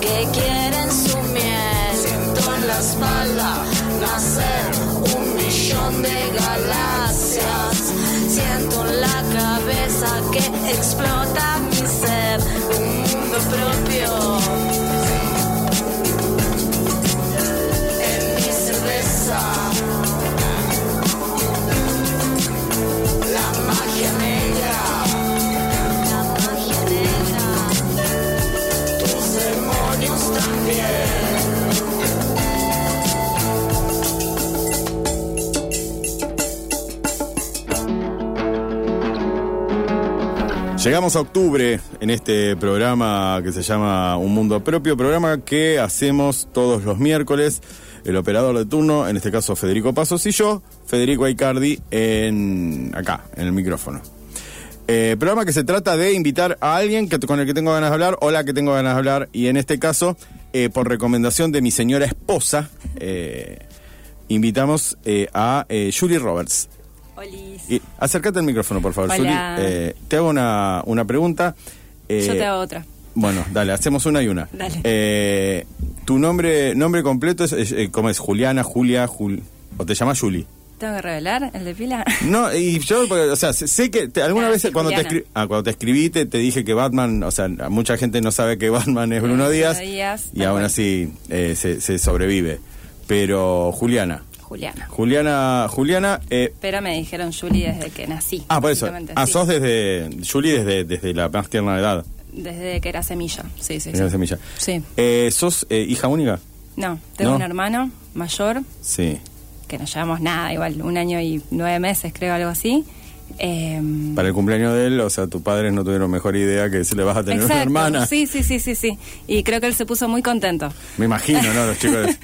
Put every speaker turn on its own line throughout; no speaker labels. que quieren su miel.
Siento en la espalda nacer un millón de galaxias.
Siento en la cabeza que explota mi ser. Un mundo propio.
En mi cerveza, la magia negra,
La magia negra.
tus demonios también.
Llegamos a octubre en este programa que se llama Un Mundo Propio, programa que hacemos todos los miércoles. El operador de turno, en este caso Federico Pasos y yo, Federico Aicardi, en acá, en el micrófono. Eh, programa que se trata de invitar a alguien que, con el que tengo ganas de hablar o la que tengo ganas de hablar. Y en este caso, eh, por recomendación de mi señora esposa, eh, invitamos eh, a eh, Julie Roberts. Y acércate al micrófono, por favor,
Hola.
Zuli. Eh, te hago una, una pregunta. Eh,
Yo te hago otra.
Bueno, dale, hacemos una y una.
Dale.
Eh, tu nombre nombre completo es, es, eh, ¿cómo es? Juliana, Julia, Jul... ¿O te llamas Juli?
¿Tengo que revelar el de pila?
No, y yo, porque, o sea, sé- sé que te- alguna
Ah,
vez
sí,
cuando, te
Juliana.
escri- ah, cuando te escribí te, te dije que Batman, o sea, mucha gente no sabe que Batman es Bruno
Ah, Bruno
Díaz,
Díaz,
y
tal
aún
cual.
así eh, se, se sobrevive. Pero Juliana,
Juliana.
Juliana, Juliana, eh,
Pero me dijeron Julie desde que nací.
Ah, por eso.
básicamente,
Ah,
sí.
sos desde. Julie desde, desde la más tierna edad.
Desde que era semilla. Sí, sí,
Tenés la
sí.
semilla.
Sí.
Eh, ¿Sos eh, hija única?
No, tengo
¿No?
un hermano mayor
Sí.
que no llevamos nada, igual un año y nueve meses, creo, algo así. Em,
Para el cumpleaños de él, o sea, tus padres no tuvieron mejor idea que se le vas a tener
exacto,
una hermana.
Sí, sí, sí, sí, sí. Y creo que él se puso muy contento.
Me imagino, ¿no? Los chicos.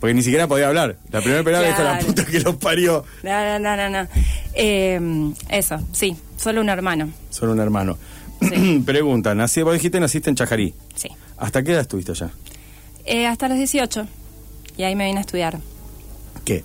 Porque ni siquiera podía hablar. La primera pelada dijo la
Claro.
puta que los parió.
No, no, no, no. no. Em, eso, sí, solo un hermano.
Son un hermano.
Sí.
Pregunta, nací, vos dijiste naciste en Chajarí.
Sí.
¿Hasta qué edad estuviste allá?
Eh, hasta los 18. Y ahí me vine a estudiar
¿Qué?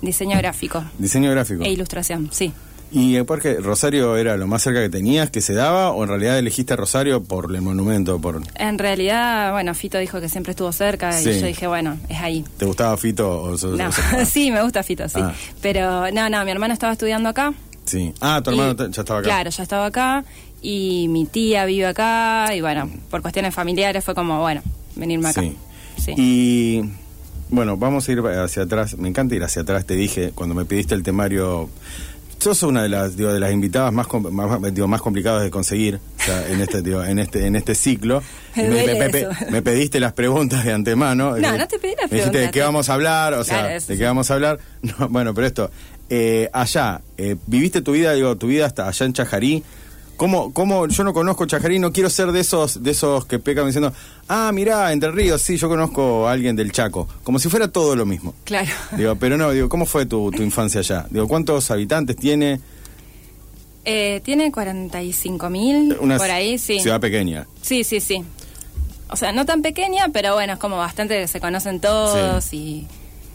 diseño gráfico
Diseño gráfico.
e ilustración, sí.
¿Y eh, por qué? Rosario era lo más cerca que tenías, que se daba, o en realidad elegiste a Rosario por el monumento, por
En realidad, bueno, Fito dijo que siempre estuvo cerca
Sí.
y yo dije, bueno, es ahí.
¿Te gustaba Fito? O, so-
No,
o so-
sí, me gusta Fito, sí.
Ah.
Pero no, no, mi hermano estaba estudiando acá.
sí. Ah, tu
y-
hermano te- ya estaba acá.
Claro, ya estaba acá y mi tía vive acá y bueno, por cuestiones familiares fue como, bueno, venirme acá.
Sí.
Sí.
Y bueno, vamos a ir hacia atrás. Me encanta ir hacia atrás, te dije, cuando me pediste el temario. Sos una de las, digo, de las invitadas más, com- más, más- digo, más complicadas de conseguir o sea, en, este, digo, en, este, en este ciclo.
Me duele eso.
me pediste las preguntas de antemano.
No, no te pedí las
Me dijiste, ¿de
preguntas,
qué
te-
vamos a hablar? O sea,
Claro, eso
¿de
sí.
qué vamos a hablar? No, bueno, pero esto, eh, allá, eh, viviste tu vida, digo, tu vida hasta allá en Chajarí. ¿Cómo, cómo, yo no conozco Chajarí, no quiero ser de esos, de esos que pecan diciendo, ah, mirá, Entre Ríos, sí, yo conozco a alguien del Chaco. Como si fuera todo lo mismo.
Claro.
Digo, pero no, digo, ¿cómo fue tu, tu infancia allá? Digo, ¿cuántos habitantes tiene?
Eh, Tiene 45 mil,
Una
por ahí, sí.
ciudad pequeña.
Sí, sí, sí. O sea, no tan pequeña, pero bueno, es como bastante que se conocen todos y...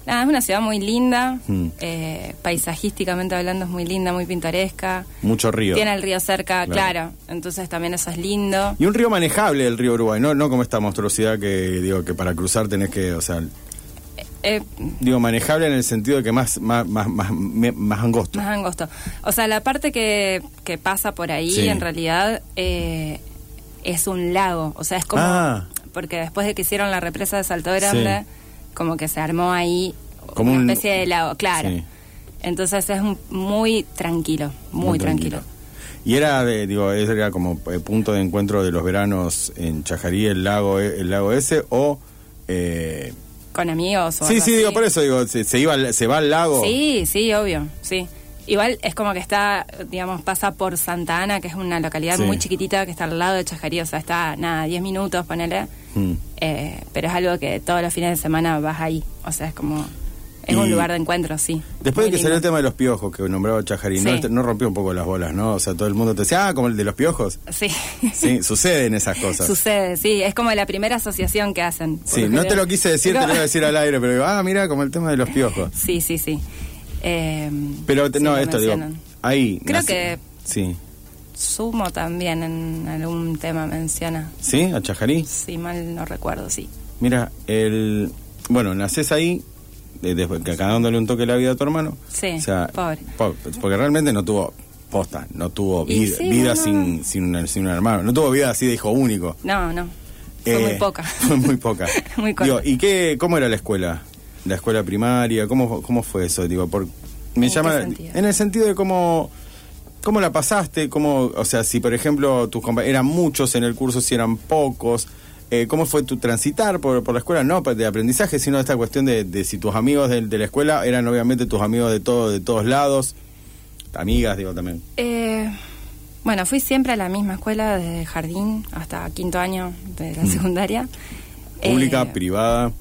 Nada, es una ciudad muy linda,
Mm.
eh, paisajísticamente hablando es muy linda, muy pintoresca.
Mucho río.
Tiene el río cerca,
Claro.
claro. Entonces también eso es lindo.
Y un río manejable el río Uruguay, no, no como esta monstruosidad que digo que para cruzar tenés que, o sea,
Eh,
digo manejable en el sentido de que más más más más, me- más angosto.
más angosto. O sea, la parte que, que pasa por ahí,
Sí.
en realidad, eh, es un lago. O sea, es como...
Ah.
Porque después de que hicieron la represa de Salto Grande, como que se armó ahí
Como
una
un-
especie de lago, claro.
Sí.
Entonces es un- muy tranquilo, muy, tranquilo.
Y era de, digo, ese era como eh, punto de encuentro de los veranos en Chajarí, el lago eh, el lago ese o eh,
Con amigos o
Sí,
algo
sí,
así.
digo, por eso digo, se, se iba al- se va al lago.
Sí, sí, obvio, sí. Igual es como que está, digamos, pasa por Santa Ana, que es una localidad
Sí.
muy chiquitita que está al lado de Chajarí, o sea, está, nada, 10 minutos, ponele.
Mm.
Eh, pero es algo que todos los fines de semana vas ahí, o sea, es como, es
Y-
un lugar de encuentro, sí.
Después de
Muy
que salió el
lindo.
tema de los piojos que nombraba Chajarí,
Sí.
¿no, no rompió un poco las bolas, ¿no? O sea, todo el mundo te decía, ah, como el de los piojos.
Sí.
Sí, suceden esas cosas.
Sucede, sí, es como la primera asociación que hacen. por
Sí, no te
general.
lo quise decir, te
Pero-
lo iba a decir al aire, pero digo, ah, mira, como el tema de los piojos.
Sí, sí, sí. Eh,
Pero te-
sí,
no,
lo
esto digo,
mencionan.
ahí.
Creo
nací-
que-
Sí.
Sumo también en algún tema menciona.
¿Sí? ¿A Chajarí?
Si mal no recuerdo, sí.
Mira, el. Bueno, nacés ahí, eh, después, que acá dándole un toque de la vida a tu hermano.
Sí,
O sea,
pobre.
po- porque realmente no tuvo. Posta, no tuvo
Y
vida,
sí,
vida
no, no.
Sin, sin, un, sin un hermano. No tuvo vida así de hijo único.
No, no. Fue
Eh,
muy poca.
Fue muy poca.
Muy corta.
Digo, ¿Y qué, cómo era la escuela? ¿La escuela primaria? ¿Cómo, cómo fue eso? Digo, por, me
¿En
llama
qué sentido?
en el sentido de cómo, cómo la pasaste, cómo, o sea, si por ejemplo tus compañeros eran muchos en el curso, si eran pocos. eh, ¿Cómo fue tu transitar por, por la escuela? No de aprendizaje, sino esta cuestión de, de si tus amigos de, de la escuela eran obviamente tus amigos de, todo, de todos lados, amigas, digo también.
Eh, bueno, fui siempre a la misma escuela, desde jardín hasta quinto año de la secundaria.
Mm. Pública,
Eh,
privada.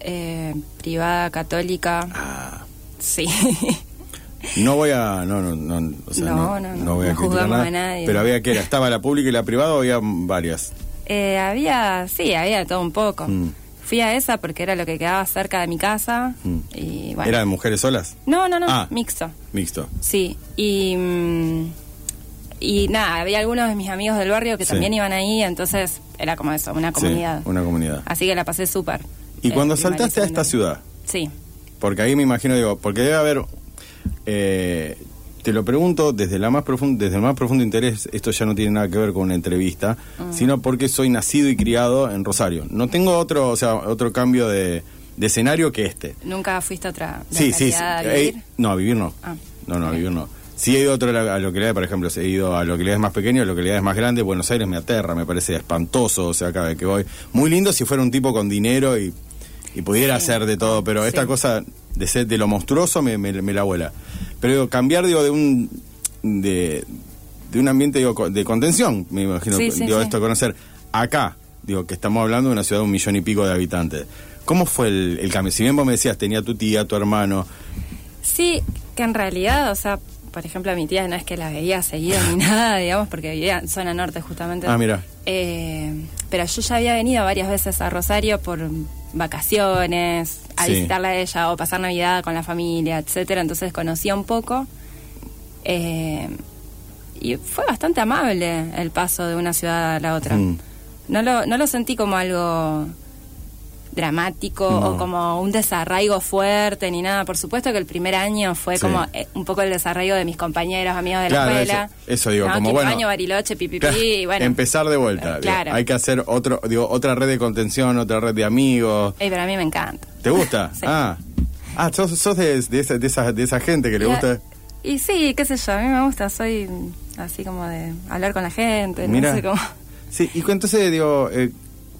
eh, privada, católica,
Ah.
sí.
No voy a. No, no, no. o sea, no,
No, no, no,
voy a criticar
no juzgamos
nada,
a nadie.
Pero había que era. Estaba la pública y la privada, o había varias.
Eh, había, sí, había de todo un poco.
Mm.
Fui a esa porque era lo que quedaba cerca de mi casa.
Mm.
Y bueno.
¿Eran mujeres solas?
No, no, no,
Ah.
mixto.
Mixto.
Sí, y, mm, y nada, había algunos de mis amigos del barrio que
Sí.
también iban ahí, entonces era como eso, una
Sí,
comunidad.
una comunidad.
Así que la pasé súper.
Y
eh,
cuando
primaria y
saltaste a esta
secundaria.
ciudad,
Sí,
porque ahí me imagino, digo, porque debe haber. eh, te lo pregunto desde, la más profunda, desde el más profundo interés, esto ya no tiene nada que ver con una entrevista,
Mm.
sino porque soy nacido y criado en Rosario. No tengo otro, o sea, otro cambio de, de escenario que este.
nunca fuiste a otra
Sí, sí, sí.
localidad a
He-
vivir?
no, a vivir no.
Ah.
no, no, a vivir no. Sí he ido a, otro, la- a localidades, por ejemplo, he ido a localidades más pequeñas, a localidades más grandes. Buenos Aires me aterra, me parece espantoso, o sea, cada vez que voy. Muy lindo si fuera un tipo con dinero y, y pudiera hacer de todo, pero esta
Sí.
cosa de ser de lo monstruoso me, me- me la vuela. Pero digo, cambiar, digo, de un... De, de un ambiente digo, co- de contención, me imagino,
Sí, sí,
digo,
sí.
esto de conocer acá, digo, que estamos hablando de una ciudad de un millón y pico de habitantes. ¿Cómo fue el, el cambio? Si bien vos me decías, tenía tu tía, tu hermano,
Sí, que en realidad, o sea, por ejemplo, a mi tía no es que la veía seguido ni nada, digamos, porque vivía en zona norte justamente.
Ah, mira.
Eh, pero yo ya había venido varias veces a Rosario por vacaciones, a
Sí.
visitarla a ella o pasar Navidad con la familia, etcétera. Entonces conocía un poco. Eh, y fue bastante amable el paso de una ciudad a la otra.
Mm.
No, lo, no lo sentí como algo dramático
No.
o como un desarraigo fuerte ni nada. Por supuesto que el primer año fue
Sí.
como eh, un poco el desarraigo de mis compañeros, amigos de
Claro,
la escuela.
eso- eso digo,
No,
como,
quinto
bueno,
año, Bariloche, pipipi,
Claro,
y bueno.
empezar de vuelta. digo,
Eh, claro.
hay que hacer otro, digo, otra red de contención, otra red de amigos.
Ey, pero a mí me encanta.
¿Te gusta?
Sí.
Ah, ah sos, sos de, de esa, de, esa, de esa gente que le
Y a-
gusta.
Y sí, qué sé yo, a mí me gusta, soy mm, así como de hablar con la gente,
Mira.
no sé cómo.
Sí, y cu- entonces digo, eh,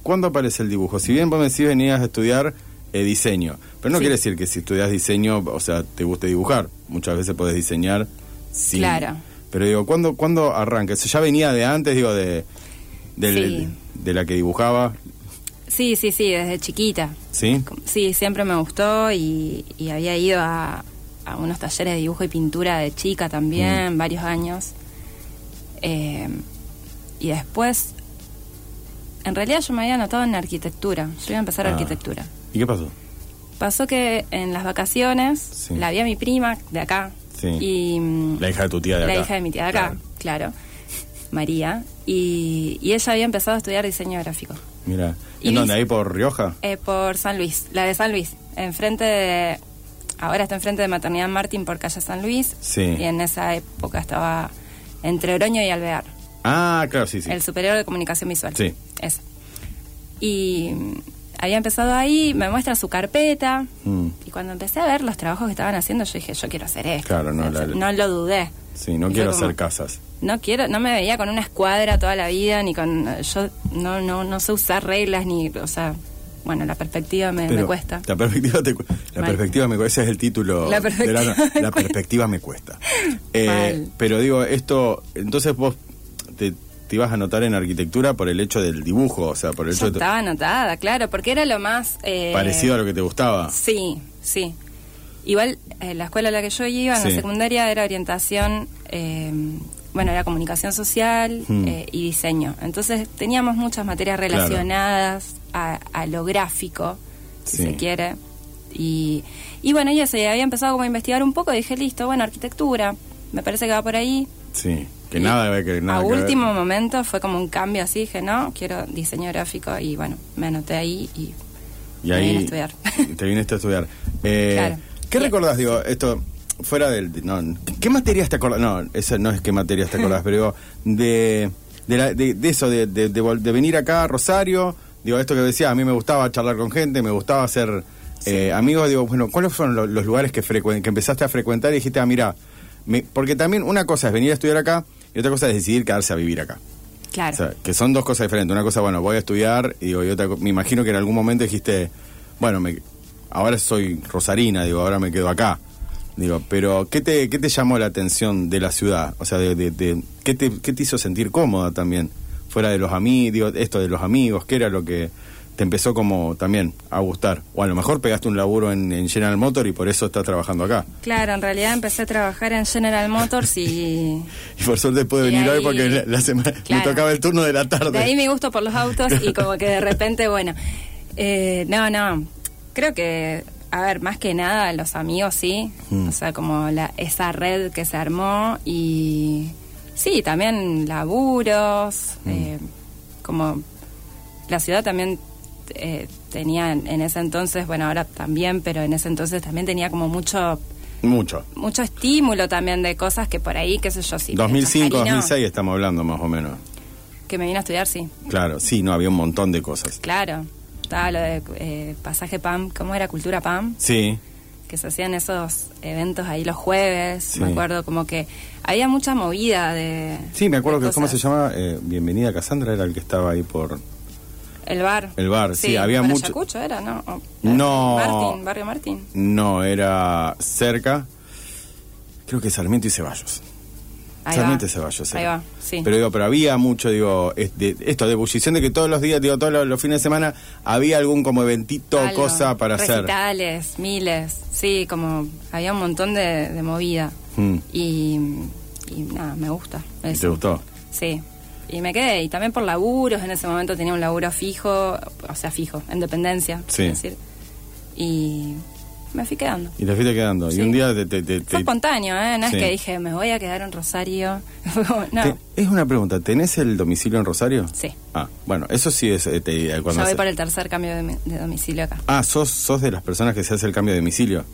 ¿cuándo aparece el dibujo? Si bien vos me decís venías a estudiar eh, diseño, pero no
Sí.
quiere decir que si estudias diseño, o sea, te guste dibujar. Muchas veces podés diseñar sin...
Claro.
Pero digo, ¿cuándo, ¿cuándo arranca? O sea, ya venía de antes, digo, de, del-
Sí.
de la que dibujaba,
Sí, sí, sí, desde chiquita.
¿sí?
Sí, siempre me gustó y, y había ido a, a unos talleres de dibujo y pintura de chica también,
Mm.
varios años. Eh, y después, en realidad yo me había anotado en arquitectura, yo iba a empezar
Ah.
arquitectura.
¿Y qué pasó?
Pasó que en las vacaciones
Sí.
la vi a mi prima de acá
Sí.
y mm,
La hija de tu tía de
la
acá.
hija de mi tía de acá, claro, María, y, y ella había empezado a estudiar diseño gráfico.
Mira,
Y
¿en dónde?
dice-
¿Ahí por Rioja?
Eh, por San Luis, la de San Luis, enfrente de... Ahora está enfrente de Maternidad Martín por calle San Luis.
Sí.
Y en esa época estaba entre Oroño y Alvear,
Ah, claro, sí, sí.
el superior de comunicación visual.
Sí.
Eso. Y mm, había empezado ahí, me muestra su carpeta.
Mm.
Y cuando empecé a ver los trabajos que estaban haciendo, yo dije, yo quiero hacer esto.
Claro, no,
O sea,
la-
no lo dudé.
Sí, no
Y fue
quiero
como-
hacer casas.
no quiero, no me veía con una escuadra toda la vida, ni con, yo no, no, no sé usar reglas, ni, o sea, bueno, la perspectiva Eh, me, me
Pero
cuesta.
La perspectiva, te cu- la
Mal.
perspectiva me cuesta. Ese es el título.
La perspectiva
la,
me
la
cuesta.
perspectiva me cuesta. Eh,
Mal.
pero digo, esto. Entonces vos te, te ibas a anotar en arquitectura por el hecho del dibujo, o sea, por el
Yo
hecho de-
estaba anotada, claro, porque era lo más... eh,
parecido a lo que te gustaba.
Sí, sí. Igual, eh, la escuela a la que yo iba, en
Sí.
la secundaria, era orientación, eh, bueno, era comunicación social
Hmm.
eh, y diseño. Entonces teníamos muchas materias
Claro.
relacionadas a, a lo gráfico, si
Sí.
se quiere. Y, y bueno, ya se había empezado como a investigar un poco y dije, listo, bueno, arquitectura, me parece que va por ahí.
Sí. Que nada, que nada.
a
que ver.
último momento fue como un cambio así, dije, no, quiero diseño gráfico y bueno, me anoté ahí y
Y
me
ahí
vine a estudiar.
Te viniste a estudiar. Eh,
Claro.
¿Qué
Sí.
recordás, digo, esto, fuera del... No, ¿qué- ¿Qué materias te acordás? No, eso no es qué materias te acordás, pero digo, de, de, la- de- de eso, de, de- de vol- de venir acá a Rosario, digo, esto que decía, a mí me gustaba charlar con gente, me gustaba hacer eh, amigos, digo, bueno, ¿cuáles fueron lo- los lugares que, frecuen- que empezaste a frecuentar y dijiste, ah, mira, me- porque también una cosa es venir a estudiar acá y otra cosa es decidir quedarse a vivir acá.
claro.
O sea, que son dos cosas diferentes. Una cosa, bueno, voy a estudiar, y digo, y otra, co- me imagino que en algún momento dijiste, bueno, me, ahora soy rosarina, digo, ahora me quedo acá. Digo, pero ¿qué te, qué te llamó la atención de la ciudad? O sea, de, de- de- ¿qué, te, qué te hizo sentir cómoda también? Fuera de los amigos, esto de los amigos, ¿qué era lo que te empezó como también a gustar? O a lo mejor pegaste un laburo en, en General Motor y por eso estás trabajando acá.
Claro, en realidad empecé a trabajar en General Motors y
Y por suerte pude
Y
venir hoy
ahí-
porque la, la semana me
Claro.
tocaba el turno de la tarde.
de ahí mi gusto por los autos y como que de repente, bueno, eh, no, no, creo que, a ver, más que nada los amigos sí, o sea, como la, esa red que se armó y sí, también laburos, eh, como la ciudad también eh, tenía en en ese entonces, bueno, ahora también, pero en ese entonces también tenía como mucho
Mucho.
mucho estímulo también de cosas que por ahí, qué sé yo, sí.
2005, 2006 estamos hablando más o menos.
Que me vino a estudiar, sí,
Claro, sí, no, había un montón de cosas.
claro. Estaba lo de eh, pasaje PAM, ¿cómo era? Cultura PAM,
Sí,
que se hacían esos eventos ahí los jueves,
Sí.
me acuerdo, como que había mucha movida de...
sí, me acuerdo
de
que, ¿cómo se
cosas.
llamaba? Eh, Bienvenida Cassandra era el que estaba ahí por...
El bar.
El bar, sí, había
por
mucho-
Ayacucho era, ¿no? O- eh,
No.
Martín, Barrio Martín.
No, era cerca, creo que Sarmiento y Ceballos.
Ahí
Sarmiento
va.
y Ceballos.
Ahí
era.
va, sí.
Pero digo, pero había mucho, digo, es de- esto de ebullición de que todos los días, digo, todos los, los fines de semana había algún como eventito,
Algo,
cosa para hacer.
Recitales, miles, sí, como había un montón de, de movida.
Mm.
Y, y nada, me gusta.
¿Y
eso.
¿Te gustó?
Sí. Y me quedé, y también por laburos, en ese momento tenía un laburo fijo, o sea, fijo, en dependencia,
Sí.
es decir. Y me fui quedando.
Y te fuiste quedando. Y
Sí.
un día te... te- te-
Fue
te-
espontáneo, ¿eh? No
Sí.
es que dije, me voy a quedar en Rosario. Fue como, no,
te- es una pregunta, ¿tenés el domicilio en Rosario?
sí.
Ah, bueno, eso sí es... eh, te- cuando
Ya voy
hace-
por el tercer cambio de, mi- de domicilio acá.
Ah, sos, sos de las personas que se hace el cambio de domicilio.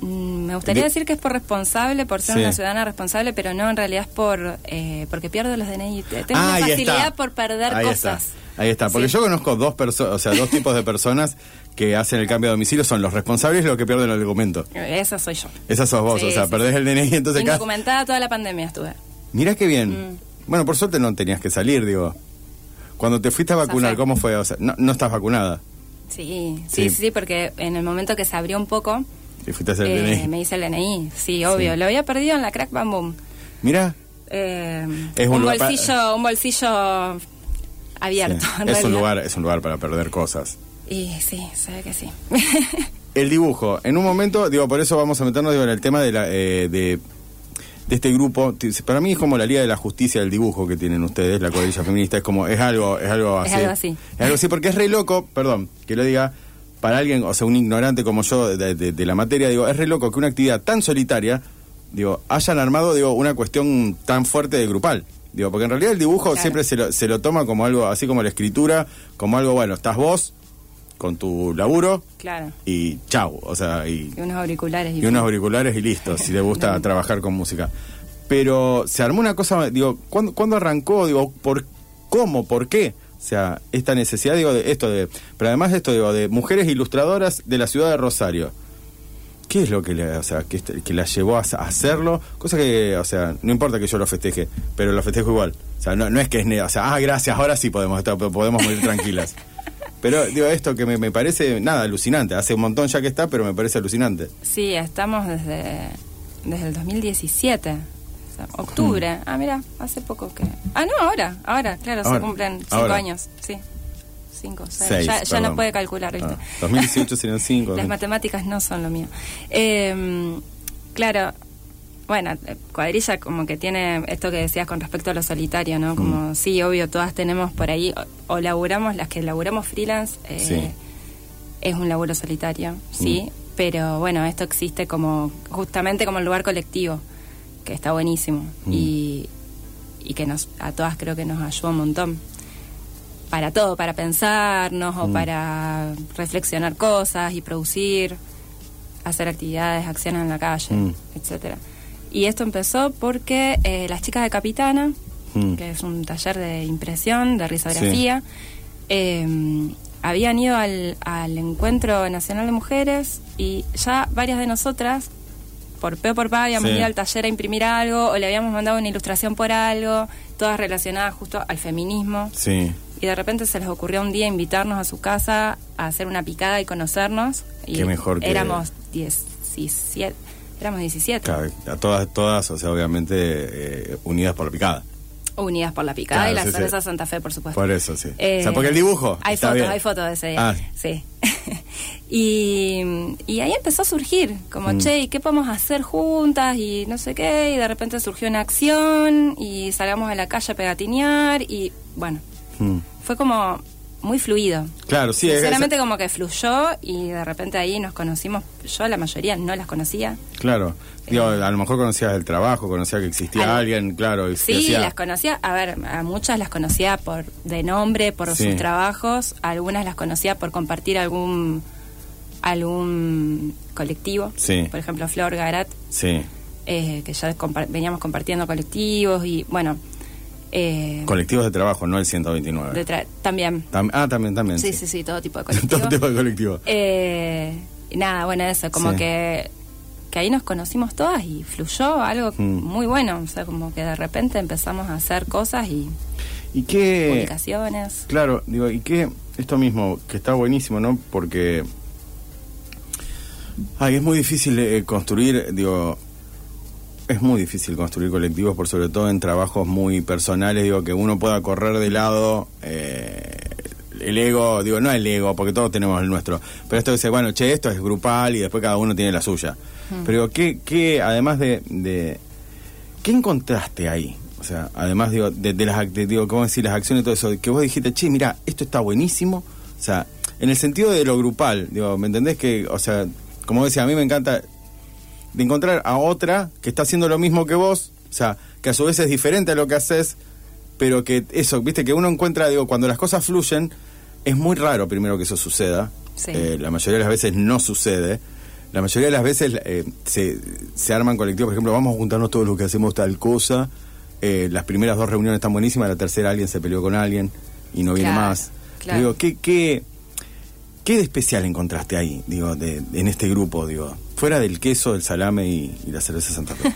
Mm, Me gustaría
De-
decir que es por responsable, por ser
Sí.
una ciudadana responsable, pero no, en realidad es por eh, porque pierdo los DNI. Te- Tengo
Ah,
una
ahí
facilidad
está.
por perder
Ahí
cosas.
Está. Ahí está, porque
Sí.
yo conozco dos personas, o sea, dos tipos de personas que hacen el cambio de domicilio, son los responsables y los que pierden el documento.
Esa soy yo.
Esa sos vos,
Sí,
o sea,
sí,
perdés el DNI, entonces acá...
Indocumentada toda la pandemia estuve.
Mirá qué bien.
Mm.
Bueno, por suerte no tenías que salir, digo. Cuando te fuiste a vacunar,
Zafé.
¿cómo fue? O sea, no, no estás vacunada.
Sí,
Sí.
sí, sí, sí, porque en el momento que se abrió un poco,
Te fuiste a hacer
eh,
el
me
DNI.
hice el DNI. Sí, obvio.
Sí.
Lo había perdido en la crack bam boom.
Mirá,
Eh,
Es un
un,
lugar pa-
bolsillo, un bolsillo abierto.
sí,
en
es, un
realidad.
lugar, es un lugar para perder cosas.
Y sí, se ve que sí.
El dibujo. En un momento, digo, por eso vamos a meternos digo, en el tema de, la, eh, de, de este grupo. Ti- Para mí es como la Liga de la Justicia del dibujo que tienen ustedes, la cuadrilla feminista. Es como, es algo, es algo
Es
así.
algo así.
Es algo así, porque es re loco, perdón, que lo diga, para alguien, o sea, un ignorante como yo de, de- de la materia, digo, es re loco que una actividad tan solitaria, digo, hayan armado, digo, una cuestión tan fuerte de grupal. Digo, porque en realidad el dibujo
Claro.
siempre se lo, se lo toma como algo, así como la escritura, como algo, bueno, estás vos con tu laburo,
claro.
y chau, o sea, y,
Y unos auriculares.
y unos auriculares y listo, si le gusta trabajar con música. Pero se armó una cosa, digo, ¿cuándo, cuándo arrancó? Digo, ¿por cómo? ¿Por qué? O sea, esta necesidad, digo, de esto de... Pero además de esto, digo, de mujeres ilustradoras de la ciudad de Rosario. ¿Qué es lo que, le, o sea, que, este- que la llevó a sa- a hacerlo? Cosa que, o sea, no importa que yo lo festeje, pero lo festejo igual. O sea, no, no es que es... ne- O sea, ah, gracias, ahora sí podemos, estar- podemos morir tranquilas. Pero digo, esto que me, me parece, nada, alucinante. Hace un montón ya que está, pero me parece alucinante.
Sí, estamos desde, desde el 2017. o sea, Octubre. Ah, mira, hace poco que. Ah, no, ahora, ahora, claro,
Ahora,
se cumplen cinco
ahora.
años. Sí. Cinco, seis.
Seis,
ya ya
perdón.
no puede calcular, ¿viste?
Ah, 2018 serían cinco.
Las matemáticas no son lo mío. Eh, claro, bueno, eh, cuadrilla como que tiene esto que decías con respecto a lo solitario, ¿no?
Mm.
Como, sí, obvio, todas tenemos por ahí, o, o laburamos, las que laburamos freelance, eh,
Sí. Mm.
es un laburo solitario, sí, pero bueno, esto existe como, justamente como el lugar colectivo, que está buenísimo.
Mm.
Y, y que nos, a todas creo que nos ayuda un montón. Para todo, para pensarnos
Mm.
o para reflexionar cosas y producir, hacer actividades, acciones en la calle,
Mm.
etcétera. Y esto empezó porque eh, las chicas de Capitana,
Mm.
que es un taller de impresión, de risografía, eh, habían ido al, al Encuentro Nacional de Mujeres y ya varias de nosotras, por P o por P, habíamos
Sí.
ido al taller a imprimir algo o le habíamos mandado una ilustración por algo, todas relacionadas justo al feminismo.
Sí.
Y de repente se les ocurrió un día invitarnos a su casa a hacer una picada y conocernos. Y
Qué mejor que-
Éramos 17. Éramos 17.
Claro, a todas, todas, o sea, obviamente eh, unidas por la picada.
Unidas por la picada
Claro,
y la
sí, sí.
cerveza Santa Fe, por supuesto.
Por eso, sí.
Eh,
o sea, porque el dibujo.
Hay
está
fotos,
bien.
hay fotos de ese día.
Ah,
Sí. y, y ahí empezó a surgir, como,
Mm.
che, ¿y qué podemos hacer juntas? Y no sé qué, y de repente surgió una acción, y salgamos a la calle a pegatinear, y bueno,
mm.
fue como muy fluido.
Claro, sí. es-
Sinceramente como que fluyó y de repente ahí nos conocimos, yo la mayoría no las conocía.
Claro. Digo, a lo mejor conocías el trabajo, conocías que existía
Eh. Al-
alguien, claro. y
Sí,
decía-
las conocía, a ver, a muchas las conocía por de nombre, por
Sí.
sus trabajos, algunas las conocía por compartir algún algún colectivo,
Sí.
por ejemplo Flor Garat,
Sí.
eh, que ya compa- veníamos compartiendo colectivos y bueno, eh,
Colectivos de trabajo, no el 129.
de tra- también,
Tam- ah, también, también.
sí, sí, sí, todo tipo de
Todo
colectivos.
tipo de colectivo.
Eh, y nada, bueno, eso, como
Sí.
que, que ahí nos conocimos todas y fluyó algo
Mm.
muy bueno. O sea, como que de repente empezamos a hacer cosas y
¿Y qué?
publicaciones.
Claro, digo, y que esto mismo, que está buenísimo, ¿no? Porque. Ay, es muy difícil eh, construir, digo. Es muy difícil construir colectivos, por sobre todo en trabajos muy personales, digo, que uno pueda correr de lado eh, el ego, digo, no el ego, porque todos tenemos el nuestro, pero esto dice, bueno, che, esto es grupal y después cada uno tiene la suya. Pero digo, ¿qué, qué, además de- de, ¿Qué encontraste ahí? O sea, además digo, de, de las, ac- de- digo, ¿cómo decir? Las acciones y todo eso, que vos dijiste, che, mira, esto está buenísimo. O sea, en el sentido de lo grupal, digo, ¿me entendés que, o sea, como decía, a mí me encanta de encontrar a otra que está haciendo lo mismo que vos, o sea, que a su vez es diferente a lo que haces, pero que eso, viste, que uno encuentra, digo, cuando las cosas fluyen, es muy raro primero que eso suceda.
Sí.
Eh, la mayoría de las veces no sucede. La mayoría de las veces eh, se, se arman colectivos, por ejemplo, vamos a juntarnos todos los que hacemos tal cosa. eh, las primeras dos reuniones están buenísimas, la tercera alguien se peleó con alguien y no viene
Claro,
más.
claro.
Digo, ¿qué, qué, ¿Qué de especial encontraste ahí, digo, de- en este grupo, digo? Fuera del queso, el salame y, y la cerveza Santa Fe.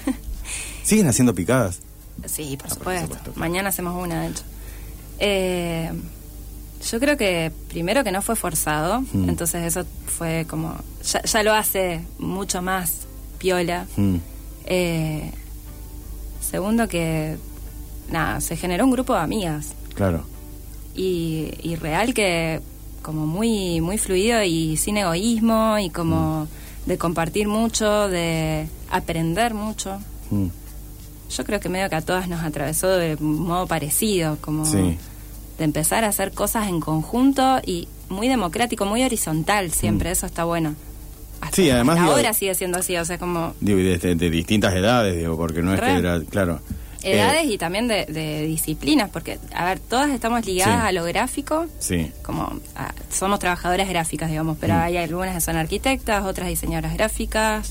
¿Siguen haciendo picadas?
Sí, por
Ah, por
supuesto.
supuesto.
Mañana hacemos una, de hecho. Eh, yo creo que primero que no fue forzado,
Mm.
entonces eso fue como. Ya, ya lo hace mucho más piola.
Mm,
Eh, segundo que. Nada, se generó un grupo de amigas.
claro.
y, y real que como muy muy fluido y sin egoísmo y como
Mm.
de compartir mucho, de aprender mucho.
Mm,
Yo creo que medio que a todas nos atravesó de modo parecido, como
Sí.
de empezar a hacer cosas en conjunto y muy democrático, muy horizontal siempre, eso está bueno. Hasta,
Mm. Sí, además,
hasta
digo-
ahora sigue siendo así, o sea, como
Digo, y de, de- de distintas edades, digo, porque no es que
Re.
era, claro. Eh,
edades y también de, de disciplinas, porque, a ver, todas estamos ligadas
Sí.
a lo gráfico,
sí.
como ah, somos trabajadoras gráficas, digamos, pero
Mm.
hay algunas que son arquitectas, otras diseñadoras gráficas,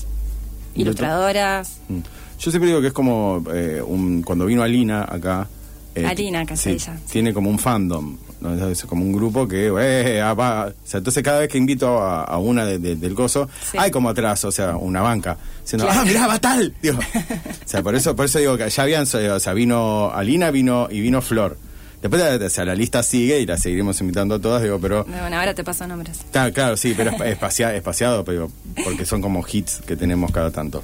Y lo to-
ilustradoras.
Mm. Yo siempre digo que es como eh, un, cuando vino Alina acá. eh,
Alina, que
sí,
es ella.
Tiene como un fandom, ¿no? es como un grupo que. eh, ah, va. O sea, entonces cada vez que invito a, a una de- de- del coso,
Sí.
hay como atrás, o sea, una banca. Diciendo,
Claro.
¡ah, mirá, va tal! Digo, o sea, por eso, por eso digo que ya habían. eh, O sea, vino Alina vino y vino Flor. Después, o sea, la lista sigue y la seguiremos invitando a todas, digo, pero.
Bueno, ahora te paso nombres.
Claro, claro, sí, pero espa- espacia- espaciado, pero porque son como hits que tenemos cada tanto.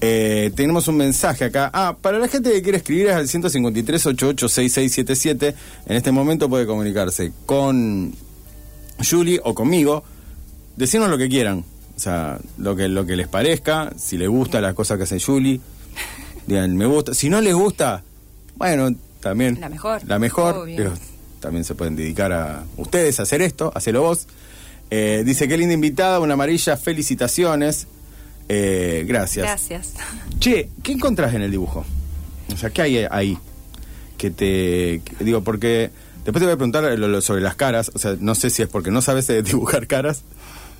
Eh, tenemos un mensaje acá. Ah, para la gente que quiere escribir es al 153-886677. En este momento puede comunicarse con Julie o conmigo. Decirnos lo que quieran. O sea, lo que, lo que les parezca, si les gusta las cosas que hace Julie. Digan, me gusta. Si no les gusta, bueno, también.
La mejor.
La mejor.
Obvio.
pero también se pueden dedicar a ustedes a hacer esto, hacelo vos. Eh, dice, qué linda invitada, una amarilla, felicitaciones. Eh, gracias.
Gracias.
Che, ¿qué encontrás en el dibujo? O sea, ¿qué hay ahí? que te... que- digo, porque después te voy a preguntar lo- lo sobre las caras, o sea, no sé si es porque no sabes eh, dibujar caras,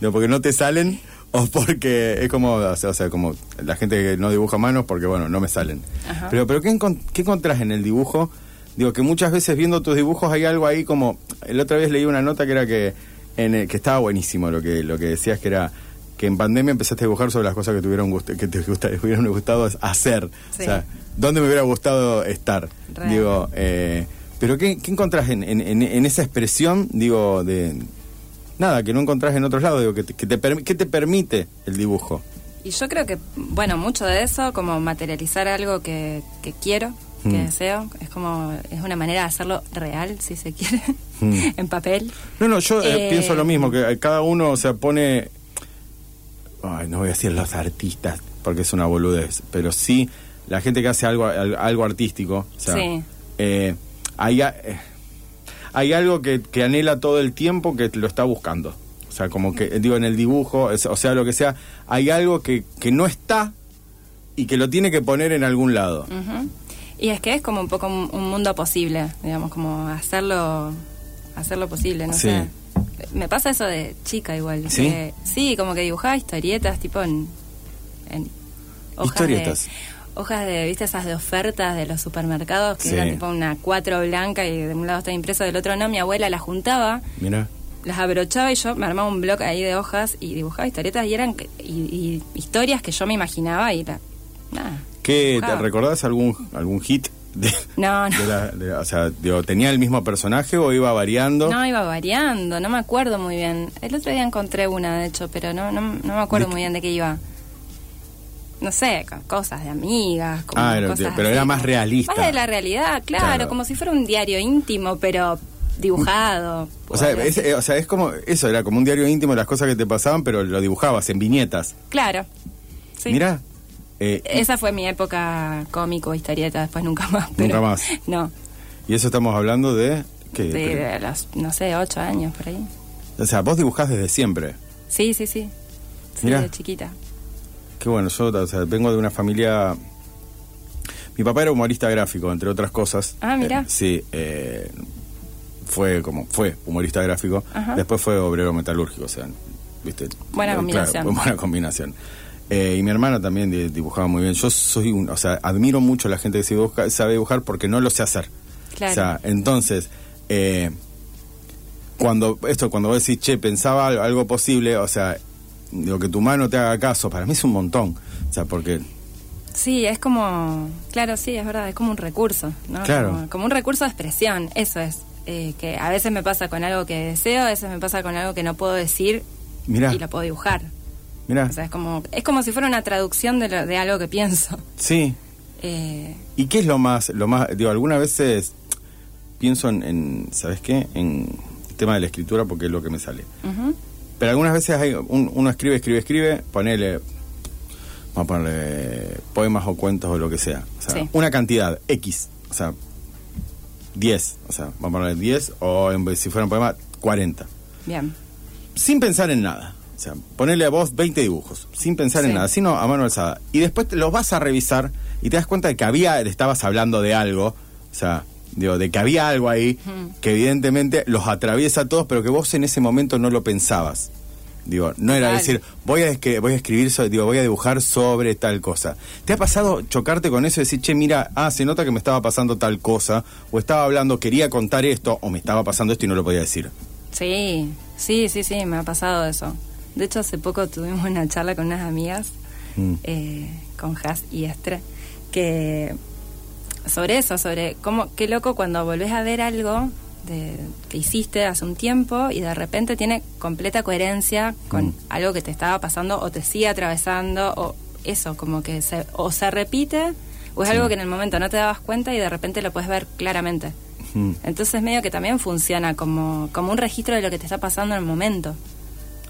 digo, porque no te salen o porque es como, o sea, o sea, como la gente que no dibuja manos porque, bueno, no me salen.
Ajá.
Pero, pero ¿qué, encon- ¿qué encontrás en el dibujo? Digo, que muchas veces viendo tus dibujos hay algo ahí como... La otra vez leí una nota que era que, en el- que estaba buenísimo lo que, lo que decías, que era que en pandemia empezaste a dibujar sobre las cosas que, tuvieron gusto, que te gusta- te hubieran gustado hacer.
Sí.
O sea, ¿dónde me hubiera gustado estar?
Re.
Digo, eh, pero ¿qué, qué encontrás en, en- en- en esa expresión, digo, de... Nada, que no encontrás en otros lados, digo, que te, que te permi- ¿qué te permite el dibujo?
Y yo creo que, bueno, mucho de eso, como materializar algo que, que quiero, que
Mm.
deseo, es como, es una manera de hacerlo real, si se quiere,
Mm.
en papel.
No, no, yo eh,
Eh,
pienso lo mismo, que eh, cada uno o sea, pone... Ay, no voy a decir los artistas, porque es una boludez, pero sí la gente que hace algo, al- algo artístico. o sea,
Sí.
eh, hay, a- eh, hay algo que, que anhela todo el tiempo que lo está buscando. O sea, como que, eh, digo, en el dibujo, es- o sea, lo que sea, hay algo que, que no está y que lo tiene que poner en algún lado.
Ujú. Y es que es como un poco un, un mundo posible, digamos, como hacerlo, hacerlo posible, no
Sí.
sé. Me pasa eso de chica igual.
¿Sí?
que- sí, como que dibujaba historietas, tipo en... en hojas
Historietas.
De, hojas de, viste, esas de ofertas de los supermercados, que
Sí.
eran tipo una cuatro blanca y de un lado está impreso, del otro no. Mi abuela la juntaba
Mira.
las abrochaba y yo me armaba un blog ahí de hojas y dibujaba historietas y eran c- y- y historias que yo me imaginaba y la, nada.
¿Qué, ¿Te
dibujaba.
recordás algún, algún hit? de-
No,
De
no.
la- de- o sea, digo, ¿tenía el mismo personaje o iba variando?
No, iba variando, no me acuerdo muy bien. El otro día encontré una, de hecho, pero no, no, no me acuerdo
¿De
muy bien de qué iba. No sé, co- cosas de amigas, como
Ah, era-
cosas
pero era
así,
más
como-
realista.
Más de la realidad, claro,
Claro.
como si fuera un diario íntimo, pero dibujado.
O sea,
algo
es,
así.
eh, o sea, es como eso, era como un diario íntimo de las cosas que te pasaban, pero lo dibujabas en viñetas.
Claro. Sí.
Mira, eh,
Esa fue mi época cómico, historieta, después nunca más. pero-
Nunca más.
No,
y eso estamos hablando de... ¿qué?
de, de los, no sé, ocho años por ahí.
O sea, vos dibujás desde siempre.
Sí, sí, sí. Sí,
Mirá.
de chiquita.
Qué bueno, yo o sea, vengo de una familia... Mi papá era humorista gráfico, entre otras cosas.
Ah, mirá.
Eh, sí, eh, fue como fue humorista gráfico.
Ajá.
Después fue obrero metalúrgico, o sea, viste.
Buena
Eh,
combinación.
Claro, buena combinación. Eh, y mi hermana también di- dibujaba muy bien. Yo soy un, o sea, admiro mucho a la gente que se dibuja- sabe dibujar porque no lo sé hacer.
Claro.
O sea, entonces, eh, cuando esto, cuando vos decís, che, pensaba al- algo posible, o sea, digo que tu mano te haga caso, para mí es un montón. O sea, porque
Sí, es como, claro, sí, es verdad, es como un recurso, ¿no?
Claro.
Como, como un recurso de expresión, eso es. Eh, que a veces me pasa con algo que deseo, a veces me pasa con algo que no puedo decir
Mirá.
y lo puedo dibujar.
Mirá,
O sea, es como, es como si fuera una traducción de, lo- de algo que pienso.
sí.
Eh,
¿Y qué es lo más, lo más, digo, algunas veces pienso en, en ¿sabes qué? En el tema de la escritura porque es lo que me sale.
ujú.
Pero algunas veces hay, un- uno escribe, escribe, escribe, ponele, vamos a ponerle poemas o cuentos o lo que sea. O sea,
Sí.
una cantidad, X, o sea, 10, o sea, vamos a ponerle 10 o en vez- si fuera un poema, 40.
Bien,
Sin pensar en nada. O sea, ponele a vos 20 dibujos, sin pensar en
Sí.
nada, sino a mano alzada. Y después te los vas a revisar y te das cuenta de que había, estabas hablando de algo, o sea, digo, de que había algo ahí que evidentemente los atraviesa a todos, pero que vos en ese momento no lo pensabas. Digo, no era
Total.
decir, voy a, escri- voy a escribir, so- digo, voy a dibujar sobre tal cosa. ¿Te ha pasado chocarte con eso y decir, che, mira, ah, se nota que me estaba pasando tal cosa, o estaba hablando, quería contar esto, o me estaba pasando esto y no lo podía decir?
sí, sí, sí, sí, me ha pasado eso. De hecho, hace poco tuvimos una charla con unas amigas,
Mm.
eh, con Has y Estre, que sobre eso, sobre cómo, qué loco cuando volvés a ver algo de, que hiciste hace un tiempo y de repente tiene completa coherencia
Mm.
con algo que te estaba pasando o te sigue atravesando o eso, como que se, o se repite o es algo que en el momento no te dabas cuenta y de repente lo puedes ver claramente.
Mm.
Entonces medio que también funciona como, como un registro de lo que te está pasando en el momento.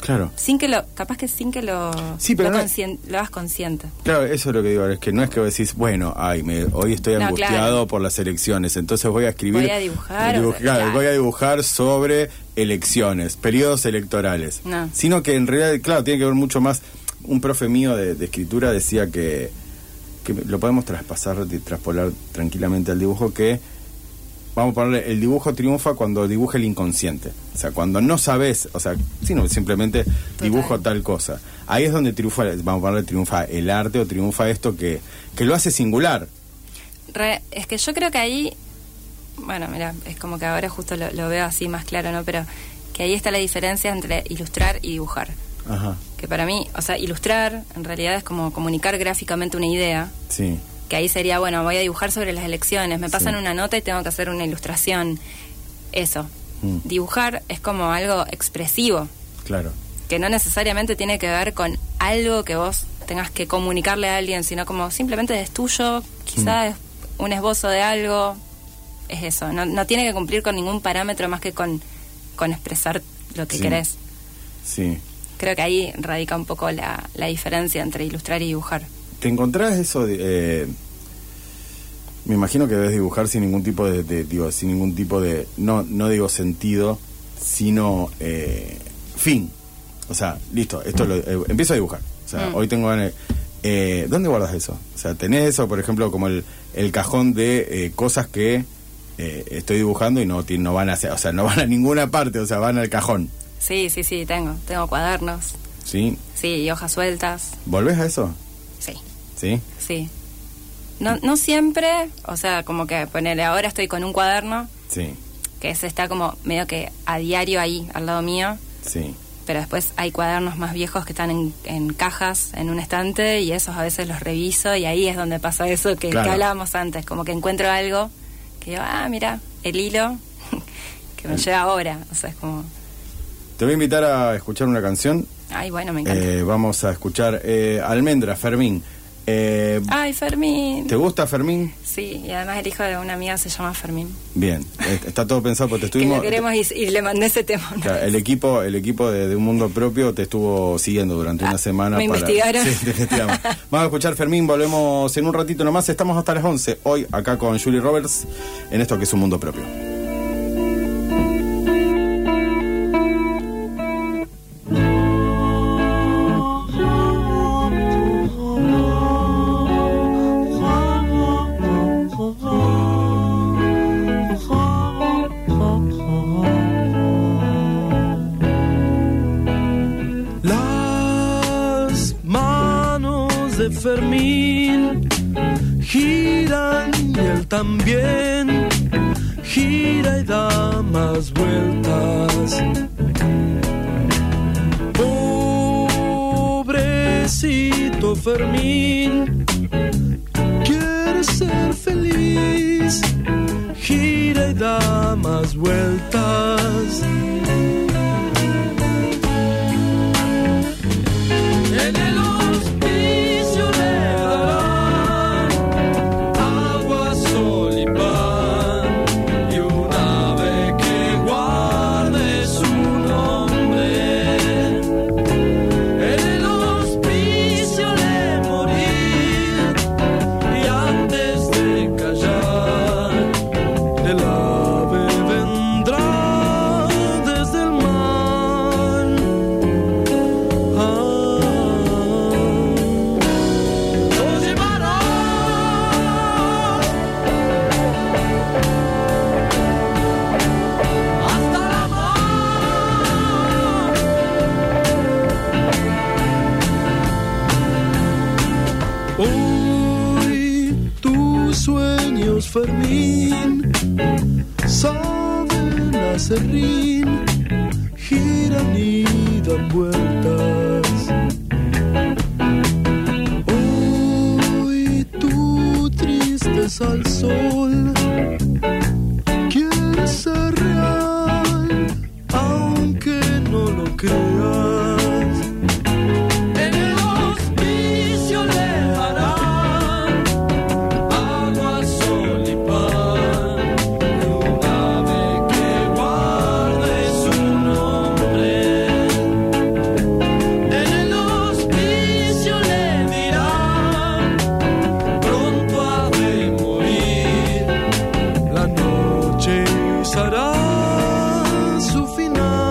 Claro.
Sin que lo, capaz que sin que lo,
Sí, pero
lo,
no-
conscien- lo hagas consciente.
Claro, eso es lo que digo, es que no es que vos decís, bueno, ay, me, hoy estoy
No,
angustiado
claro.
por las elecciones, entonces voy a escribir...
Voy a dibujar,
dibu-
o sea,
claro,
claro.
voy a dibujar sobre elecciones, periodos electorales.
No.
Sino que en realidad, claro, tiene que ver mucho más... Un profe mío de, de escritura decía que, que lo podemos traspasar, de- traspolar tranquilamente al dibujo, que vamos a ponerle, el dibujo triunfa cuando dibuja el inconsciente. O sea, cuando no sabes, o sea, sino simplemente dibujo tal cosa. Ahí es donde triunfa, vamos a ponerle, triunfa el arte o triunfa esto que, que lo hace singular.
Re- es que yo creo que ahí, bueno, mira, es como que ahora justo lo, lo veo así más claro, ¿no? Pero que ahí está la diferencia entre ilustrar y dibujar.
Ajá.
Que para mí, o sea, ilustrar en realidad es como comunicar gráficamente una idea.
Sí.
que ahí sería, bueno, voy a dibujar sobre las elecciones, me pasan
Sí.
una nota y tengo que hacer una ilustración. Eso.
Mm.
Dibujar es como algo expresivo,
Claro.
que no necesariamente tiene que ver con algo que vos tengas que comunicarle a alguien, sino como simplemente es tuyo, quizás es un esbozo de algo, es eso. No, no tiene que cumplir con ningún parámetro más que con, con expresar lo que
Sí.
querés.
Sí.
Creo que ahí radica un poco la, la diferencia entre ilustrar y dibujar.
¿Te encontrás eso de, eh, me imagino que debes dibujar sin ningún tipo de, de- digo, sin ningún tipo de no no digo sentido, sino eh, fin. O sea, listo, esto lo, eh, empiezo a dibujar. O sea, hoy tengo ganas de- eh, ¿Dónde guardas eso? O sea, tenés eso, por ejemplo, como el, el cajón de eh, cosas que eh, estoy dibujando y no ti- no van a, o sea, no van a ninguna parte, o sea, van al cajón,
Sí, sí, sí, tengo. Tengo cuadernos,
¿sí?
Sí, y hojas sueltas.
¿Volvés a eso?
Sí,
¿Sí?
sí. No, no siempre, o sea, como que ponerle ahora estoy con un cuaderno
Sí.
que ese está como medio que a diario ahí, al lado mío,
Sí.
pero después hay cuadernos más viejos que están en, en cajas, en un estante, y esos a veces los reviso y ahí es donde pasa eso que, que
Claro.
hablábamos antes, como que encuentro algo que yo, ah, mira, el hilo que me lleva ahora, o sea, es como,
Te voy a invitar a escuchar una canción
ay, bueno, me encanta.
Eh, vamos a escuchar eh, Almendra, Fermín. Eh,
ay, Fermín.
¿Te gusta Fermín?
Sí, y además el hijo de una amiga se llama Fermín.
Bien, eh, está todo pensado porque te
que
estuvimos...
lo queremos y, y le mandé ese tema. ¿no?
o sea, el equipo, el equipo de, de un mundo propio te estuvo siguiendo durante una
Ah,
semana.
me
para-
investigaron.
Sí, te investigamos. Vamos a escuchar Fermín, volvemos en un ratito nomás. Estamos hasta las 11 hoy acá con Julie Roberts en esto que es un mundo propio.
Las manos de Fermín giran y él también gira y da más vueltas. Pobrecito Fermín, quiere ser feliz, gira y da más vueltas. En el hospicio le darán agua, sol y pan. Y una vez que guarde su nombre, en el hospicio le morir. Y antes de callar, el ave vendrá desde el mar. Ah, Nos llevará hasta la mar. Hoy tus sueños, Fermín, saben a serrín giran y dan vueltas. Hoy tu tristeza al sol quiere ser real, aunque no lo creas. En el hospicio le harán agua, sol y pan. Una vez que guarde su nombre, en el hospicio le dirán, pronto ha de morir, la noche será su final.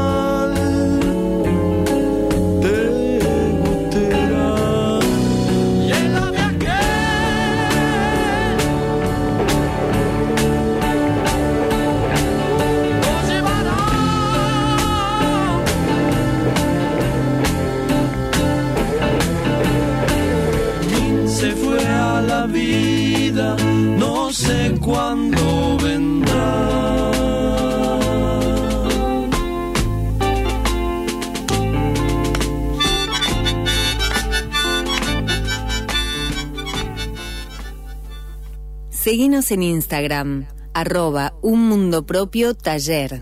Seguinos en Instagram, arroba un mundo propio taller.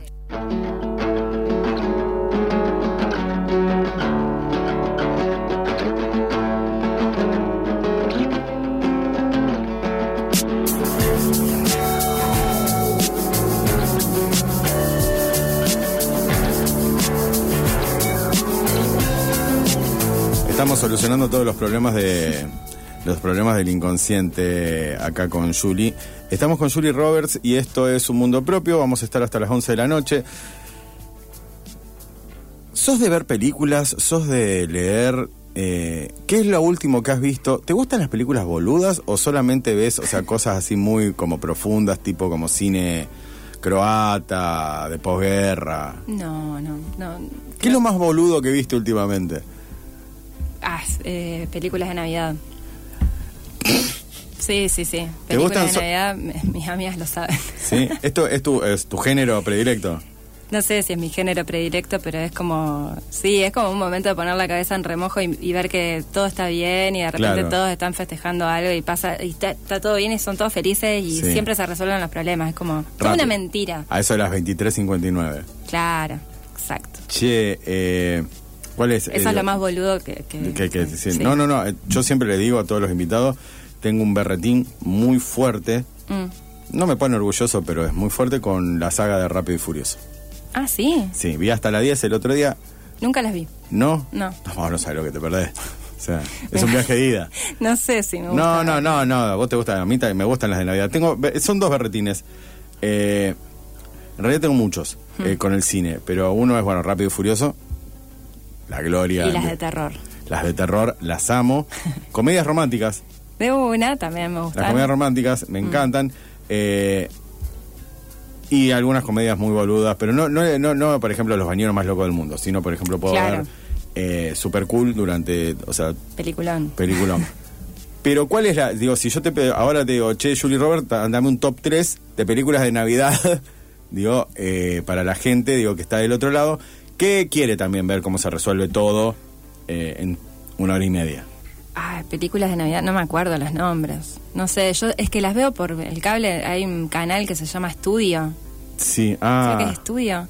Estamos solucionando todos los problemas de los problemas del inconsciente acá con Julie. Estamos con Julie Roberts y esto es un mundo propio. Vamos a estar hasta las 11 de la noche. ¿Sos de ver películas? ¿Sos de leer? Eh, ¿Qué es lo último que has visto? ¿Te gustan las películas boludas o solamente ves, o sea, cosas así muy como profundas, tipo como cine croata, de posguerra?
No, no, no.
¿Qué es lo más boludo que viste últimamente?
Ah, es, eh, películas de Navidad. Sí, sí, sí.
¿Te
Películas
gustan
de
so-
Navidad, m- mis amigas lo saben.
¿Sí? ¿Esto es tu, es tu género predilecto?
No sé si es mi género predilecto, pero es como. Sí, es como un momento de poner la cabeza en remojo y, y ver que todo está bien y de repente
Claro.
todos están festejando algo y pasa. Y está, está todo bien y son todos felices y
Sí.
siempre se resuelven los problemas. Es como. Es
Rápido.
una mentira.
A eso de las 23.59.
Claro, exacto.
Che, eh, ¿cuál es?
Eso
eh,
es lo más boludo que. que-
que- que- sí.
sí.
No, no, no. eh, Yo siempre le digo a todos los invitados, tengo un berretín muy fuerte.
Mm.
No me pone orgulloso, pero es muy fuerte con la saga de Rápido y Furioso.
Ah, sí.
Sí, vi hasta la 10 el otro día.
Nunca las vi.
¿No?
No.
No, no sabes lo que te perdés. O sea, es un viaje de ida.
No sé si me gusta.
No, no, no, no. A Vos te gustan a mí también me gustan las de Navidad. Tengo, be- son dos berretines. Eh, en realidad tengo muchos
Hmm.
eh, con el cine, pero uno es bueno, Rápido y Furioso, La Gloria,
Y las de terror.
las de terror, las amo. Comedias románticas,
De una también Hmm. me
las
gustan.
comedias románticas me encantan. Eh, y algunas comedias muy boludas, pero no, no, no, no, por ejemplo, Los Bañeros Más Locos del Mundo, sino, por ejemplo, puedo
Claro.
ver eh, Super Cool durante, o sea,
Peliculón.
Peliculón. Pero ¿cuál es la...? Digo, si yo te pe- ahora te digo, che, Julie Robert, ta- dame un top 3 de películas de Navidad, digo, eh, para la gente, digo, que está del otro lado, que quiere también ver cómo se resuelve todo eh, en una hora y media.
Ah, películas de Navidad, no me acuerdo los nombres. No sé, yo es que las veo por el cable. Hay un canal que se llama Estudio.
Sí,
¿Sabes qué
ah...
es Estudio?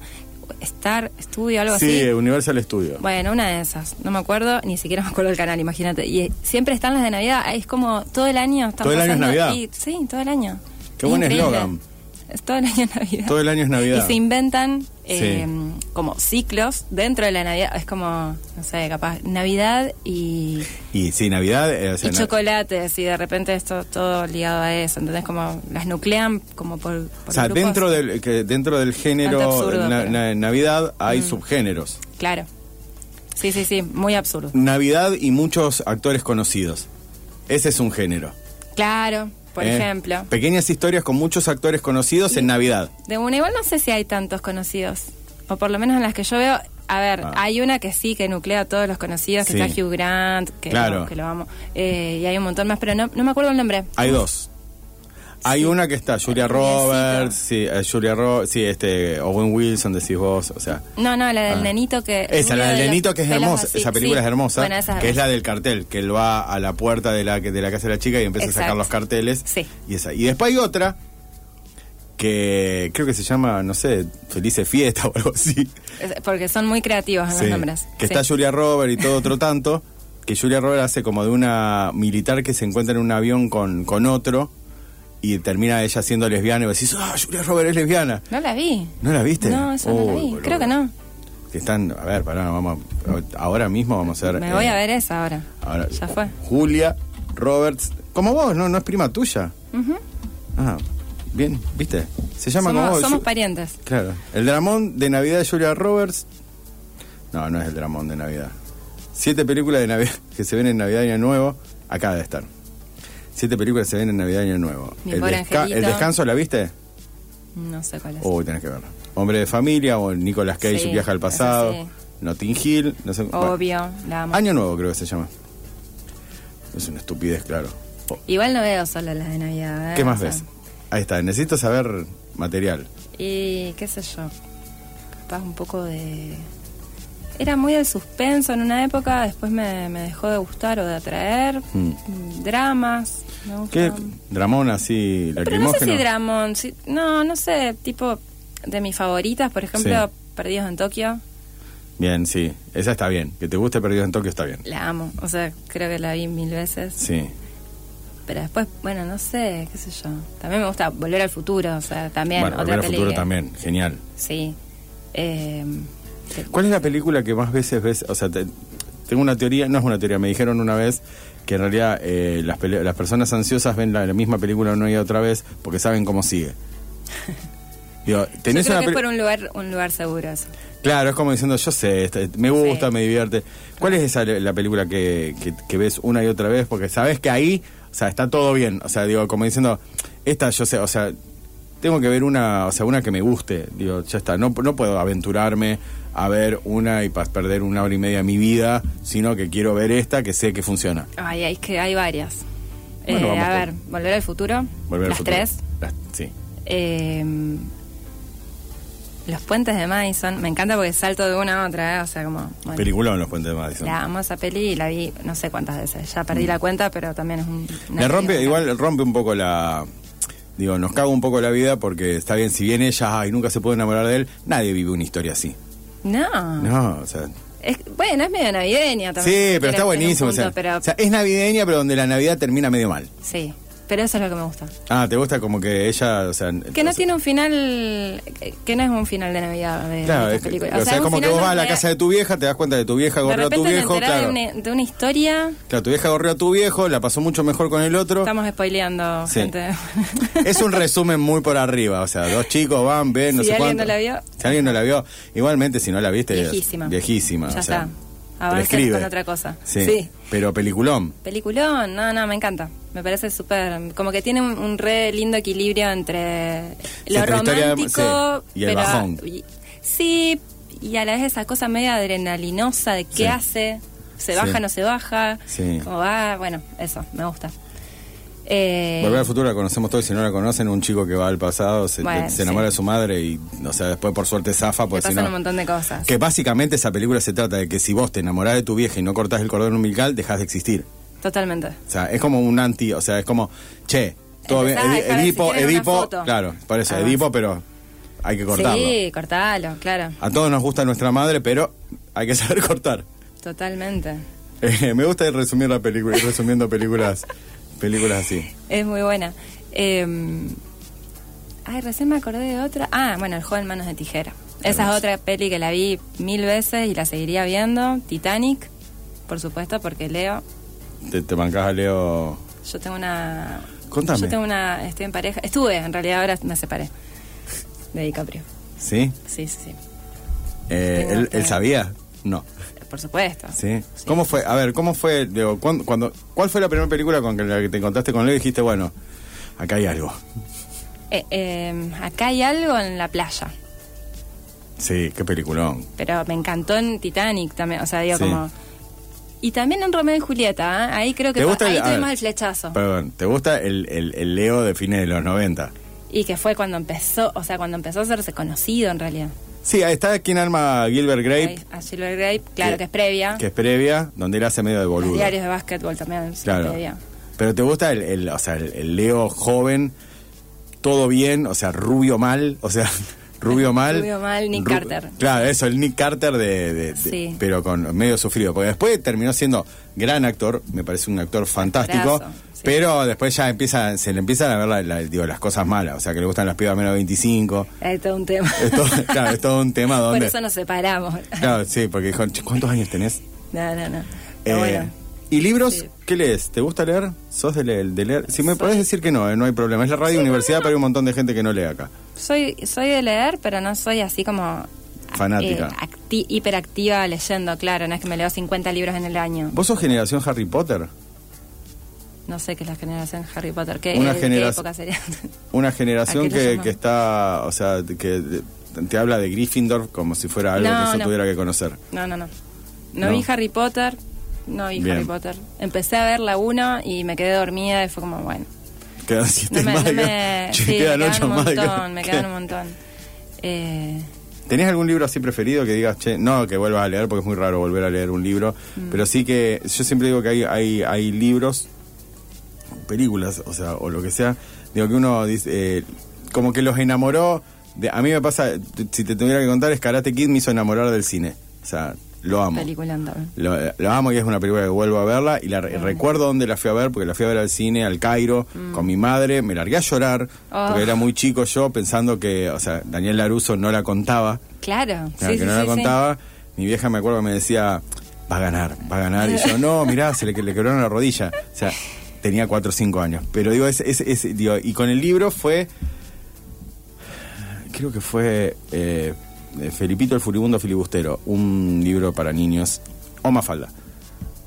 Star Studio, algo
sí,
así.
Universal Studio.
Bueno, una de esas. No me acuerdo, ni siquiera me acuerdo el canal, imagínate. Y eh, siempre están las de Navidad. ahí Es como todo el año. están
Todo el año es
pasando
Navidad.
y- sí, todo el año.
Qué buen
Increíble.
eslogan.
Es todo el año es Navidad.
Todo el año es Navidad.
Y se inventan eh, como ciclos dentro de la Navidad. Es como, no sé, capaz, Navidad y,
Y sí, Navidad... eh, o sea,
y
na-
chocolates. Y de repente esto todo ligado a eso. Entonces, como las nuclean como por. por
o sea,
grupos.
dentro del, que dentro del género
absurdo,
na-
pero- Mm.
na- Navidad hay subgéneros.
Claro. Sí, sí, sí, muy absurdo.
Navidad y muchos actores conocidos. Ese es un género.
Claro, por
¿eh?
ejemplo.
Pequeñas historias con muchos actores conocidos en Navidad.
De una igual no sé si hay tantos conocidos. O por lo menos en las que yo veo. A ver,
Ah.
hay una que sí, que nuclea a todos los conocidos, que
Sí.
está Hugh Grant, que,
Claro.
lo, que lo amo. Eh, y hay un montón más, pero no, no me acuerdo el nombre.
Hay dos. Hay una que está Julia Roberts, sí, eh, Julia Roberts, sí, este, Owen Wilson, decís vos, o sea.
No, no, la del
Ah.
nenito que...
Esa, la
rubio
del
Eh, de los
nenito que es
pelos
hermosa,
así.
esa película
Sí.
es hermosa,
Bueno, esa-
que es la del cartel, que él va a la puerta de la, que- de la casa de la chica y empieza a sacar
Exacto.
los carteles.
Sí.
Y, esa. y después hay otra que creo que se llama, no sé, Felices Fiesta o algo así.
es- Porque son muy creativos en
Sí,
los nombres.
Que
Sí.
está Julia Roberts y todo otro tanto. Que Julia Roberts hace como de una militar que se encuentra en un avión con, con otro y termina ella siendo lesbiana y vos decís, ah, Julia Roberts es lesbiana.
No la vi.
¿No la viste?
No, esa no la
Uy,
vi.
boludo.
Creo que no.
Que están, a ver, pará, vamos, a- ahora mismo vamos a hacer.
Me
eh,
voy a ver esa ahora.
ahora-
Ya fue.
Julia Roberts, como vos, no, no es prima tuya. Ah, bien, viste. Se llama como
Somos,
vos.
somos
Ju-
parientes.
Claro. El dramón de Navidad de Julia Roberts. No, no es el dramón de Navidad. Siete películas de Navidad que se ven en Navidad y Año Nuevo. Acaba de estar. Siete películas que se ven en Navidad y Año Nuevo.
Mi
el,
pobre
el
angelito.
descanso, ¿la viste?
No sé cuál es.
Uy, tenés que verla. Hombre de familia o Nicolas Cage
Sí,
viaja al
esa
pasado.
sí.
Notting Hill. No sé, bueno.
Obvio, la amo.
Año Nuevo creo que se llama. Es una estupidez, claro. Oh,
Igual no veo solo las de Navidad. ¿eh?
¿Qué más
O sea,
ves? Ahí está, necesito saber material.
Y qué sé yo. Capaz un poco de... Era muy del suspenso en una época, después me, me dejó de gustar o de atraer. Mm, Dramas. me
¿Qué
gustan.
dramón así,
Pero no sé
lacrimógeno?
si Dramon, si- no, no sé, tipo de mis favoritas, por ejemplo,
Sí.
Perdidos en Tokio,
Bien, sí. Esa está bien. Que te guste Perdidos en Tokio está bien.
la amo, o sea, creo que la vi mil veces,
Sí.
pero después, bueno, no sé, qué sé yo. También me gusta Volver al Futuro, o sea, también
bueno,
otra
Volver al
peli
Futuro
que-
también. Genial.
Sí. Eh, que-
¿Cuál es la película que más veces ves? O sea, te- tengo una teoría, no es una teoría, me dijeron una vez que en realidad eh, las, pele- las personas ansiosas ven la, la misma película una y otra vez porque saben cómo sigue. Digo,
yo
tenés
creo
una
que
peli-
es por un lugar, un lugar seguro eso.
Claro, es como diciendo, yo sé, esta- me gusta,
Sí.
me divierte. ¿Cuál es esa la película que, que- que ves una y otra vez? Porque sabes que ahí, o sea, está todo bien. O sea, digo, como diciendo, esta yo sé, o sea, tengo que ver una, o sea, una que me guste. Digo, ya está, no, no puedo aventurarme a ver una y para perder una hora y media de mi vida, sino que quiero ver esta que sé que funciona.
Ay, es que hay varias.
Bueno,
Eh,
vamos
a
con-
ver, Volver al Futuro,
Volver al
las
futuro.
tres.
Las- sí.
Eh, los puentes de Madison, me encanta porque salto de una a otra, eh, o sea, como... bueno,
Película en los puentes de Madison.
la amo esa peli y la vi no sé cuántas veces, ya perdí la cuenta, pero también es un...
Le
una peli
Mm. rompe,
que-
igual rompe un poco la. Digo, nos caga un poco la vida porque está bien, si bien ella ay, nunca se puede enamorar de él, nadie vive una historia así.
No,
No, o sea.
Es, bueno, es medio navideña también.
sí, pero
Quiero
está
decir, en un
buenísimo. o
punto,
sea,
pero-
o sea, es navideña, pero donde la Navidad termina medio mal.
sí, pero eso es lo que me gusta.
Ah, ¿te gusta como que ella, o sea.
Que no
o sea,
tiene un final, que- que no es un final de Navidad de
Claro,
estas
es que-
películas.
o sea,
es
es
un
como que
final
vos vas a la
donde
casa de tu vieja, te das cuenta de tu vieja
De
gorreó a
repente
tu
te
viejo,
enterás de e-
claro.
una- de una historia,
Claro, tu vieja gorreó a tu viejo, la pasó mucho mejor con el otro.
estamos spoileando,
Sí.
gente.
Es un resumen muy por arriba, o sea, dos chicos van, ven, no
Si
sé
alguien
cuánto.
no la vio.
Si alguien no la vio, igualmente si no la viste,
Viejísima.
viejísima,
Ya
o sea,
está.
te
Avancen
escribe.
con otra cosa.
Sí,
Sí.
Pero peliculón.
Peliculón, no, no, me encanta. Me parece súper. Como que tiene un, un re lindo equilibrio entre lo
entre la historia de-
romántico
sí, y el
pero-
bajón.
y- sí, y a la vez esa cosa media adrenalinosa de qué
Sí.
hace, se
Sí.
baja, no se baja,
Sí.
cómo va, bueno, eso, me gusta. Eh,
Volver al futuro la conocemos todos y si no la conocen, un chico que va al pasado, se,
Bueno,
se enamora
sí.
de su madre y, o sea, después por suerte zafa,
le
pues si
pasan
no...
un montón de cosas.
Que básicamente esa película se trata de que si vos te enamorás de tu vieja y no cortás el cordón umbilical, dejás de existir.
Totalmente.
O sea, es como un anti, o sea, es como, che, todo bien,
Empezás a
Edi-
dejar de
Edipo,
existir en una
Edipo,
foto.
claro, por eso,
Ah.
Edipo, pero hay que cortarlo.
Sí, cortalo, claro,
A todos nos gusta nuestra madre, pero hay que saber cortar.
totalmente.
Eh, me gusta ir resumir la película, ir resumiendo películas, películas así.
Es muy buena. Eh, ay, recién me acordé de otra. Ah, bueno, El joven manos de tijera. Esa es otra peli que la vi mil veces y la seguiría viendo. Titanic, por supuesto, porque Leo.
Te, te bancás a Leo.
Yo tengo una.
Contame.
Yo tengo una. Estoy en pareja. Estuve, en realidad ahora me separé. De DiCaprio.
¿Sí?
Sí, sí, sí.
Eh,
Tengo
¿él,
que-
él sabía? No.
Por supuesto.
¿Sí? ¿Cómo fue? A ver, ¿cómo fue? digo, cuán- cuando, ¿Cuál fue la primera película con la que te encontraste con Leo y dijiste, bueno, acá hay algo?
Eh, eh, acá hay algo en la playa.
Sí, qué peliculón.
pero me encantó en Titanic también, o sea, digo
Sí.
como... Y también en Romeo y Julieta, ¿eh? ahí creo que
¿Te
pa-
gusta
ahí
el- a
tuvimos
ver,
el flechazo.
Perdón, ¿te gusta el, el- el Leo de fines de los 90?
Y que fue cuando empezó, o sea, cuando empezó a hacerse conocido en realidad.
Sí, ahí está quien arma a Gilbert Grape,
Ahí, A Silver Grape, claro
Que-
que es previa.
que es previa, donde él hace medio de
Los
boludo.
diarios de básquetbol también es
Claro.
previa.
Pero te gusta el, el- o sea, el, el Leo joven, todo bien, o sea, rubio mal, o sea, rubio mal.
Rubio mal, Nick Carter.
Claro, eso, el Nick Carter de, de- de-
Sí.
pero con medio sufrido, porque después terminó siendo gran actor, me parece un actor fantástico.
Actorazo, sí.
Pero después ya empieza, se le empiezan a ver la- la- digo, las cosas malas, o sea, que le gustan las pibas menos de 25.
Ahí todo un tema.
Es todo, claro, es todo un tema donde...
Por eso nos separamos.
Claro, sí, porque dijo, "Che, ¿cuántos años tenés?
no, no, no.
Eh,
Pero Ah, bueno,
¿Y libros?
Sí.
¿Qué lees? ¿Te gusta leer? ¿Sos de leer? de leer? Si me podés decir que no, eh, no hay problema. Es la radio universidad, pero hay un montón de gente que no lee acá.
soy, soy de leer, pero no soy así como...
Fanática.
eh, acti- hiperactiva leyendo, claro, no es que me leo 50 libros en el año.
¿Vos sos generación Harry Potter?
No sé qué es la generación Harry Potter. ¿Qué,
Una
qué
genera-
época sería?
Una generación
¿A qué le
que,
llaman?
que está, o sea, que de- te habla de Gryffindor como si fuera algo
No,
que yo
no.
tuviera que conocer.
no, no, no. No,
No.
vi Harry Potter. No vi
Bien.
Harry Potter. Empecé a ver la 1 y me quedé dormida y fue como, bueno.
Quedan siete
No me, no
más,
me-
quedan- che,
sí, me
quedan
quedan
ocho
un
más,
montón,
quedan-
me quedan un montón. Eh,
¿Tenés algún libro así preferido que digas, che, no, que vuelvas a leer porque es muy raro volver a leer un libro?
Mm.
Pero sí que yo siempre digo que hay, hay, hay libros, películas, o sea, o lo que sea, digo que uno dice, eh, como que los enamoró. De, a mí me pasa, t- si te tuviera que contar, es Karate Kid me hizo enamorar del cine. O sea, lo amo.
Película andaba.
Lo, lo amo y es una película que vuelvo a verla y la re- recuerdo dónde la fui a ver porque la fui a ver al cine, al Cairo, con mi madre, me largué a llorar
Mm. Oh.
porque era muy chico yo pensando que, o sea, Daniel Laruso no la contaba,
Claro,
o sea,
sí,
que
sí,
no
sí,
la
sí.
contaba, mi vieja me acuerdo que me decía, va a ganar, va a ganar y yo, no, mirá, se le, que- le quebraron la rodilla, o sea, tenía 4 o 5 años, pero digo, es, es, es- digo, y con el libro fue, creo que fue eh, eh, Felipito el Furibundo Filibustero, un libro para niños, o Mafalda.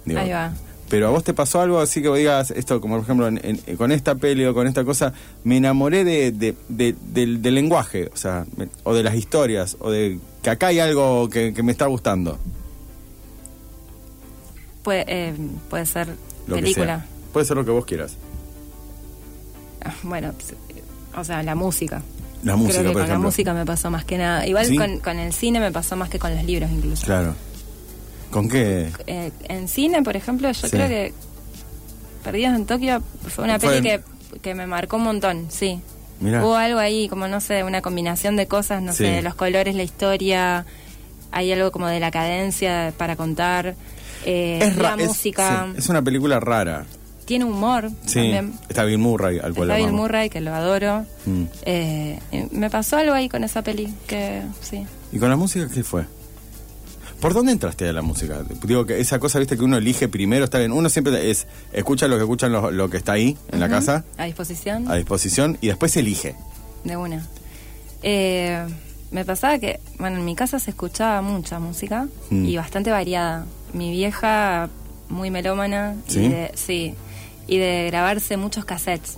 Digo,
Ahí va.
Pero a vos te pasó algo así que vos digas, esto como por ejemplo en- en- con esta peli o con esta cosa, me enamoré de, de- de- del, del lenguaje, o sea, me- o de las historias, o de que acá hay algo que, que me está gustando.
Puede, eh, puede ser
Lo que
película.
sea. Puede ser lo que vos quieras.
Ah, Bueno, pues, o sea, la música.
La música,
Creo que
por
con la
ejemplo.
música me pasó más que nada. Igual
¿Sí?
con, con el cine me pasó más que con los libros incluso.
Claro. ¿Con qué?
Eh, en cine, por ejemplo, yo
Sí.
creo que Perdidos en Tokio fue una
Fue
peli
en-
que, que me marcó un montón, sí.
Mirá.
Hubo algo ahí, como no sé, una combinación de cosas, no
Sí.
sé, los colores, la historia, hay algo como de la cadencia para contar, eh,
ra-
la música,
sí, Es, una película rara.
tiene humor
Sí.
también.
Está Bill Murray, al cual
Está Bill
amamos.
Murray, que lo adoro.
Mm.
Eh, eh, me pasó algo ahí con esa peli, que sí.
¿Y con la música qué fue? ¿Por dónde entraste a la música? Digo que esa cosa, viste, que uno elige primero, está bien. Uno siempre es, escucha lo que escuchan los- lo que está ahí, en la casa,
A disposición.
a disposición, y después elige.
De una. Eh, me pasaba que, bueno, en mi casa se escuchaba mucha música
Mm.
y bastante variada. Mi vieja, muy melómana,
¿Sí?
y de, sí, y de grabarse muchos cassettes.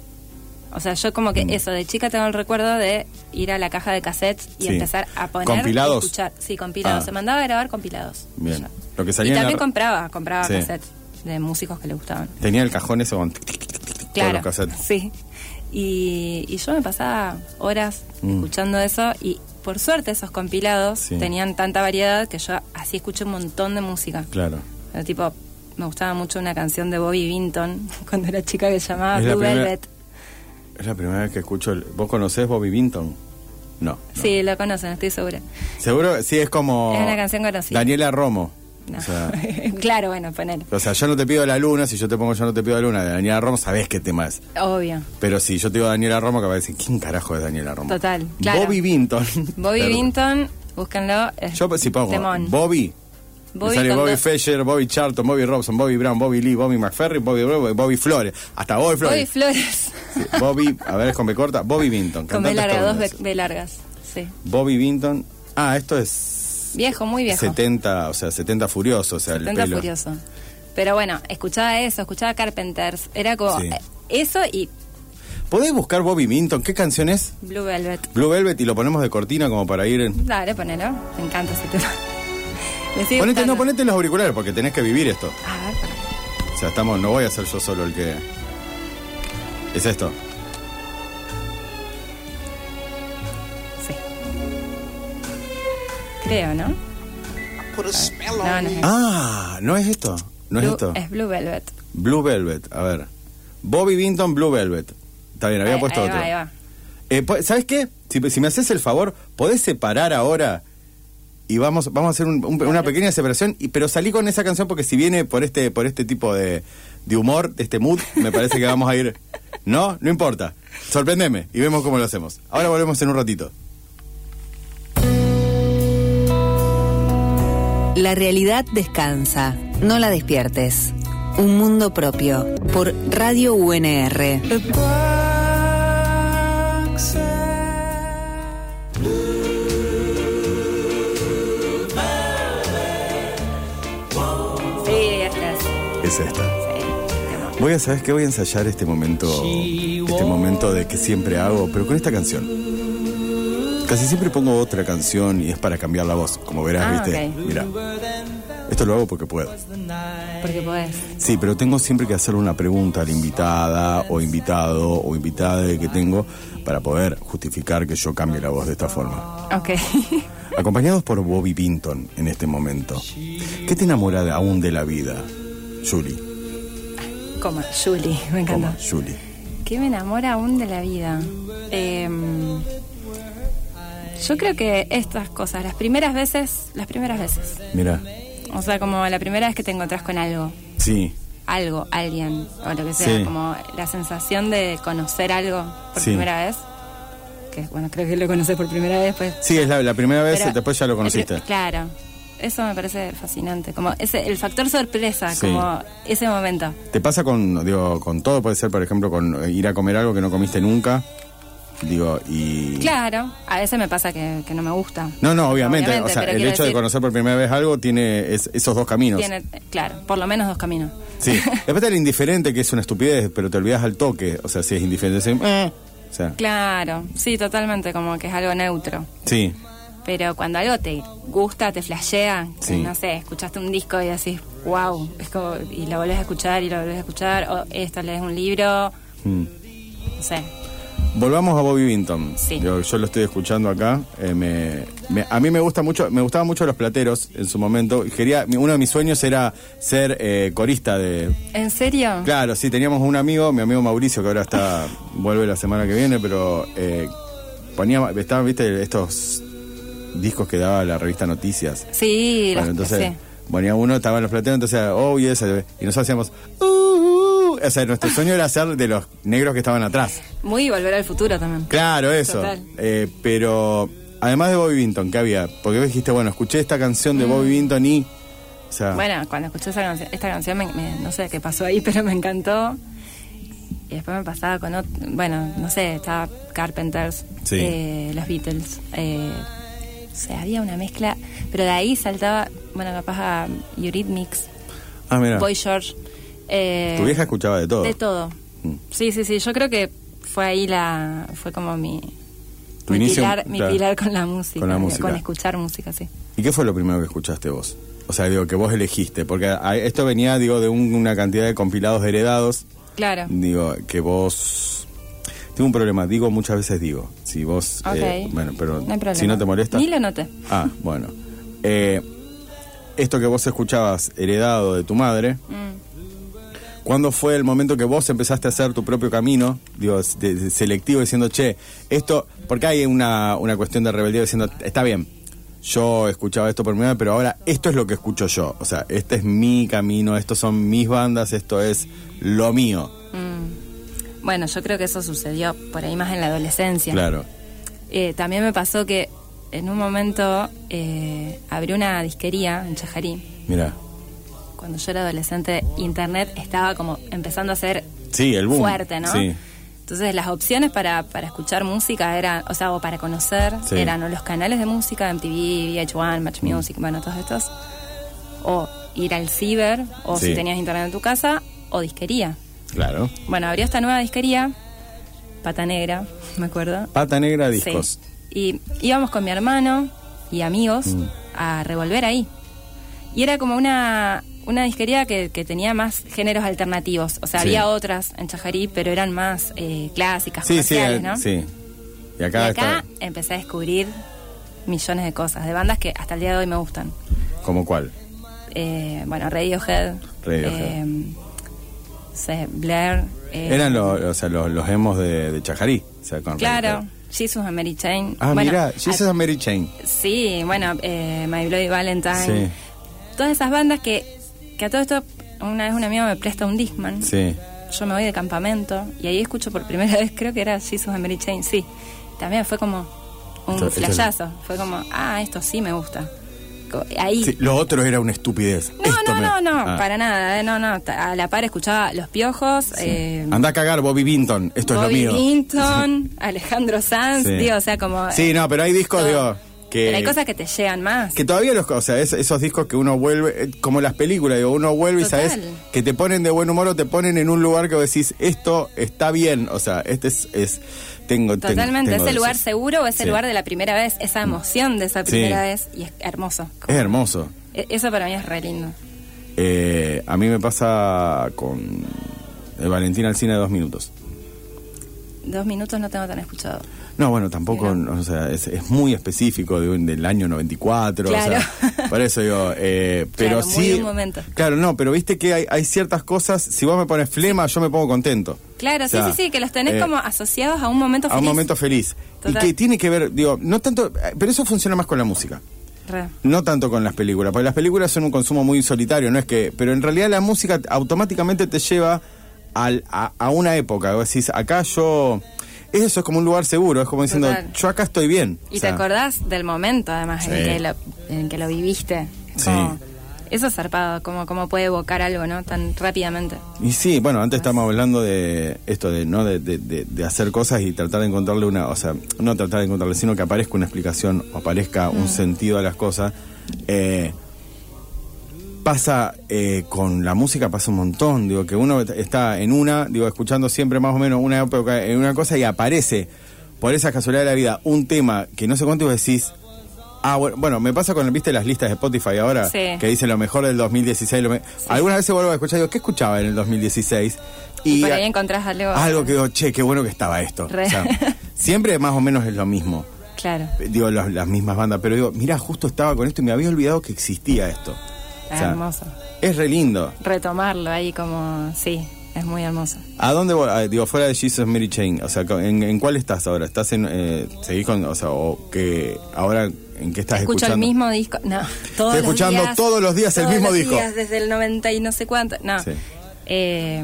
O sea, yo como que
Mm.
eso, de chica tengo el recuerdo de ir a la caja de cassettes y
Sí.
empezar a poner
¿Compilados?
y escuchar. Sí, compilados.
Ah.
Se mandaba a grabar compilados.
Bien.
Yo.
Lo que salía
Y
en la
también
ra-
compraba, compraba
Sí.
cassettes de músicos que le gustaban.
Tenía el cajón ese con tic, tic, tic, tic, tic, todos
Claro,
los cassettes.
sí. Y, y yo me pasaba horas
Mm.
escuchando eso y por suerte esos compilados
Sí.
tenían tanta variedad que yo así escuché un montón de música.
Claro.
Pero, tipo, me gustaba mucho una canción de Bobby Vinton cuando era chica que se llamaba
Es la
Blue
primera-
Velvet.
Es la primera vez que escucho. el- ¿Vos conocés Bobby Vinton? No. no.
Sí, lo conocen, estoy segura.
Seguro, sí, es como.
Es una canción conocida.
Daniela Romo.
No.
O sea,
claro, bueno, poner.
o sea, yo no te pido la luna, si yo te pongo yo no te pido la luna, de Daniela Romo, sabés qué tema es.
Obvio.
Pero si yo te digo Daniela Romo, que va a decir, ¿quién carajo es Daniela Romo?
Total, claro.
Bobby Vinton.
Bobby
Perdón.
Vinton, búsquenlo. es
Yo si pongo
temón.
Bobby. me
Bobby
sale
con
Bobby
dos-
Fischer, Bobby Charlton, Bobby Robson, Bobby Brown, Bobby Lee, Bobby McFerry, Bobby Bobby, Bobby Flores. Hasta Bobby
Bobby
Flores.
Flores.
Sí, Bobby, a ver, es con B corta. Bobby Vinton.
Con
cantante
B larga, dos B,
estadounidense.
B largas. Sí.
Bobby Vinton. Ah, esto es...
Viejo, muy viejo.
70, o sea, 70 furioso, o sea, el
70
pelo.
furioso. Pero bueno, escuchaba eso, escuchaba Carpenters. Era como
Sí.
eh, eso y
¿Podés buscar Bobby Vinton? ¿Qué canción es?
Blue Velvet.
Blue Velvet y lo ponemos de cortina como para ir... En...
Dale, ponelo. Me encanta ese tema. Me
Ponete,
sigue
no,
gustando.
ponete los auriculares porque tenés que vivir esto.
A ver, pará.
O sea, estamos, no voy a ser yo solo el que. Es esto.
sí. Creo, ¿no? No, no es eso.
Ah, no es esto. No es
Blue-
esto.
Es Blue Velvet.
Blue Velvet, a ver. Bobby Vinton, Blue Velvet. Está bien, había
Ahí-
puesto
ahí va,
otro.
ahí va.
Eh, po- ¿Sabes qué? Si, si me haces el favor, podés separar ahora y vamos, vamos a hacer un- un- una pequeña separación, y, pero salí con esa canción porque si viene por este, por este tipo de, de humor, de este mood, me parece que vamos a ir... No, no importa. Sorprendeme y vemos cómo lo hacemos. Ahora volvemos en un ratito.
La realidad descansa. No la despiertes. Un mundo propio. Por Radio UNR.
Sí, esta es.
Es esta.
Sí, tema.
Voy a, ¿sabes qué? Voy a ensayar este momento, este momento de que siempre hago, pero con esta canción. Casi siempre pongo otra canción y es para cambiar la voz, como verás,
Ah,
¿viste?
ok.
Mira. Esto lo hago porque puedo.
Porque podés.
Sí, pero tengo siempre que hacerle una pregunta a la invitada o invitado o invitada que tengo para poder justificar que yo cambie la voz de esta forma.
Ok.
Acompañados por Bobby Pinton en este momento. ¿Qué te enamora de- aún de la vida, Julie?
Coma, Julie, me encanta.
Toma, Julie.
¿Qué me enamora aún de la vida? Em, yo creo que estas cosas, las primeras veces, las primeras veces.
Mira.
O sea, como la primera vez que te encontrás con algo,
Sí,
algo, alguien, o lo que sea,
Sí.
como la sensación de conocer algo por
Sí.
primera vez. Que bueno, creo que lo conoces por primera vez, pues.
sí, es la, la primera vez,
pero-
después ya lo conociste.
el pri- Claro. Eso me parece fascinante. Como ese, el factor sorpresa,
Sí.
como ese momento.
¿Te pasa con, digo, con todo? Puede ser, por ejemplo, con eh, ir a comer algo que no comiste nunca. Digo, y...
Claro, a veces me pasa que, que no me gusta.
No, no, obviamente. o sea,
pero
el hecho
quiero
de
decir,
conocer por primera vez algo tiene es- esos dos caminos.
tiene, claro, por lo menos dos caminos.
Sí. Después está el indiferente, que es una estupidez, pero te olvidas al toque. O sea, si es indiferente, decís, "Eh". O sea,
Claro, sí, totalmente, como que es algo neutro.
sí.
Pero cuando algo te gusta, te flashea, que
Sí.
no sé, escuchaste un disco y decís, wow, es como, y lo volvés a escuchar y lo volvés a escuchar, o esto lees un libro,
Mm.
no sé.
Volvamos a Bobby Vinton.
Sí.
Yo, yo lo estoy escuchando acá. eh, me- me- a mí me gusta mucho, me gustaban mucho los plateros en su momento. y Quería, mi- uno de mis sueños era ser eh, corista de.
¿En serio?
Claro, sí, teníamos un amigo, mi amigo Mauricio, que ahora está vuelve la semana que viene, pero eh, ponía, estaban, viste, estos discos que daba la revista Noticias.
Sí,
Bueno,
los-
entonces
sí.
ponía uno, estaban los plateros, entonces, oh, yes, y nosotros hacíamos, uh, uh, o sea, nuestro sueño era ser de los negros que estaban atrás.
Muy volver al futuro también.
Claro, eso.
Total.
Eh, pero, además de Bobby Vinton, ¿qué había? Porque vos dijiste, bueno, escuché esta canción de Bobby Vinton y, o sea,
Mm. Bueno, cuando escuché esa canción- esta canción, me- me- no sé qué pasó ahí, pero me encantó. Y después me pasaba con, ot- bueno, no sé, estaba Carpenters,
Sí.
eh, los Beatles. eh, o sea, había una mezcla, pero de ahí saltaba, bueno, capaz a Eurythmics,
ah, mira,
Boy George. eh,
tu vieja escuchaba de todo.
De todo.
Mm.
Sí, sí, sí. Yo creo que fue ahí la. Fue como mi.
Tu
mi
inicio,
pilar, mi
claro.
pilar con la música.
Con la música.
Con escuchar música, sí.
¿Y qué fue lo primero que escuchaste vos? O sea, digo, que vos elegiste, porque a- esto venía, digo, de un- una cantidad de compilados heredados.
Claro.
Digo, que vos... Tengo un problema, digo muchas veces digo. Si vos...
Ok.
eh, bueno, pero
No hay problema.
si no te molesta...
Ni lo noté.
Ah, bueno. Eh, esto que vos escuchabas heredado de tu madre,
Mm.
¿cuándo fue el momento que vos empezaste a hacer tu propio camino? Digo, de- de- selectivo, diciendo, che, esto... Porque hay una, una cuestión de rebeldía diciendo, está bien. Yo escuchaba esto por primera vez, pero ahora esto es lo que escucho yo. O sea, este es mi camino, estos son mis bandas, esto es lo mío.
Bueno, yo creo que eso sucedió por ahí más en la adolescencia.
Claro.
Eh, también me pasó que en un momento eh, abrí una disquería en Chajarí.
Mira.
Cuando yo era adolescente, internet estaba como empezando a ser
Sí, el boom.
fuerte, ¿no?
Sí.
Entonces las opciones para, para escuchar música eran, o sea, o para conocer,
Sí. Mm.
eran o los canales de música, MTV, VH1, Match Music, bueno, todos estos, o ir al ciber, o
Sí.
si tenías internet en tu casa, o disquería.
Claro.
Bueno, abrió esta nueva disquería, Pata Negra, me acuerdo.
Pata Negra Discos.
Sí. Y íbamos con mi hermano y amigos
Mm.
a revolver ahí. Y era como una, una disquería que, que tenía más géneros alternativos. O sea,
Sí.
había otras en Chajarí, pero eran más eh, clásicas,
Sí, sí,
comerciales,
eh,
¿no?
sí. Y
Y
acá,
acá empecé a descubrir millones de cosas, de bandas que hasta el día de hoy me gustan.
está. ¿Como cuál?
Eh, bueno, Radiohead.
Radiohead.
eh, no sé, Blair. eh,
Eran los, o sea, los, los emos de, de Chajarí. o sea, con
Claro,
Radiohead.
Jesus and Mary Chain.
Ah,
Bueno,
mira, Jesus
a-
and Mary Chain.
Sí, bueno, eh, My Bloody Valentine.
Sí.
Todas esas bandas que, que a todo esto, una vez un amigo me presta un Discman.
Sí.
Yo me voy de campamento y ahí escucho por primera vez, creo que era Jesus and Mary Chain, sí. También fue como un
Esto- esto es-
flayazo. Fue como, ah, esto sí me gusta. Co- Ahí.
Sí, Lo otro era una estupidez.
No,
Esto
no,
me-
no, no,
Ah.
para nada, eh, no, no. Ta- A la par escuchaba Los Piojos, eh,
Anda a cagar, Bobby Vinton. Ah, Esto
Bobby
es lo mío.
Vinton, Alejandro Sanz,
Sí.
digo, o sea, como...
Sí, no, pero hay discos,
todo.
digo, que-
Pero hay cosas que te llegan más.
Eh, Que todavía los, o sea, es- esos discos que uno vuelve, eh, como las películas, digo, uno vuelve y
Total.
sabes que te ponen de buen humor o te ponen en un lugar que vos decís, esto está bien, o sea, este es, es tengo ten-
Totalmente,
tengo
ese
de
lugar
esos.
seguro, ese
Sí.
lugar de la primera vez, esa emoción de esa
Sí.
primera vez, y es hermoso.
Es hermoso.
E- Eso para mí es re lindo.
Eh, a mí me pasa con el Valentín Alcina de dos minutos.
dos minutos no tengo tan escuchado.
No, bueno, tampoco,
Pero-
o sea, es, es muy específico de un- del año 94, o
Claro.
sea, por eso digo, eh, pero
Claro, muy
sí...
de un momento.
Claro, no, pero viste que hay, hay ciertas cosas, si vos me pones flema, yo me pongo contento.
Claro,
O sea,
sí, sí, sí, que los tenés
eh,
como asociados a un momento
A un
feliz.
momento feliz.
Total.
Y que tiene que ver, digo, no tanto, pero eso funciona más con la música.
Re.
No tanto con las películas, porque las películas son un consumo muy solitario, no es que. Pero en realidad la música automáticamente te lleva al- a, a una época. Vos decís, acá yo. Eso es como un lugar seguro, es como diciendo,
Total.
yo acá estoy bien.
Y
O sea,
te acordás del momento, además,
Sí.
en, que lo, en que lo viviste. Es
Sí.
como- eso es zarpado, como, como puede evocar algo, ¿no? Tan rápidamente.
Y sí, bueno, antes estábamos hablando de esto de no de, de- de- de hacer cosas y tratar de encontrarle una, o sea, no tratar de encontrarle, sino que aparezca una explicación o aparezca un sentido a las cosas. Eh, pasa eh, con la música pasa un montón, digo que uno está en una, digo escuchando siempre más o menos una época en una cosa y aparece por esa casualidad de la vida un tema que no sé cuánto y vos decís Ah, bueno, bueno, me pasa con, viste, las listas de Spotify ahora,
Sí.
que dice lo mejor del 2016. Lo me- Algunas veces vuelvo a escuchar, digo, ¿qué escuchaba en el 2016?
Y,
Y
por
a-
ahí encontrás algo.
algo que digo, che, qué bueno que estaba esto.
Re.
O sea, siempre más o menos es lo mismo.
Claro.
Digo, los- las mismas bandas, pero digo, mira, justo estaba con esto y me había olvidado que existía esto. O sea,
hermoso.
Es re lindo.
Retomarlo ahí como... Sí, es muy hermoso.
¿A dónde vol- ah, Digo, fuera de Jesus Mary Chain, o sea, co- ¿en, en cuál estás ahora? ¿Estás en. eh, seguís con. O sea, o que. Ahora, ¿en qué estás
Escucho
escuchando?
el mismo disco. No, todos los
escuchando
días,
todos los días el
todos
mismo
los
disco.
días, desde el 90 y no sé cuánto. No.
Sí.
Eh,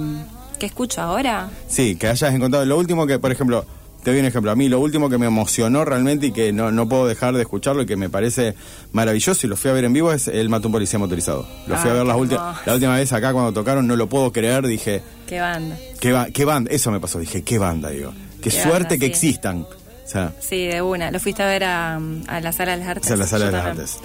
¿Qué escucho ahora?
Sí, que hayas encontrado. Lo último que, por ejemplo, te doy un ejemplo. A mí lo último que me emocionó realmente y que no, no puedo dejar de escucharlo y que me parece maravilloso y lo fui a ver en vivo es El Mató un Policía Motorizado. Lo fui
Ah,
a ver las
qué
últimas,
hermoso.
la última vez acá cuando tocaron, no lo puedo creer, dije,
¿Qué banda?
¿qué, ba- qué banda? Eso me pasó, dije, ¿qué banda? Digo, qué,
Qué
suerte
banda,
que
sí.
existan. O sea,
Sí, de una. Lo fuiste a ver a, a la Sala de las Artes.
Sí, a la Sala
Yo
de las
también.
Artes.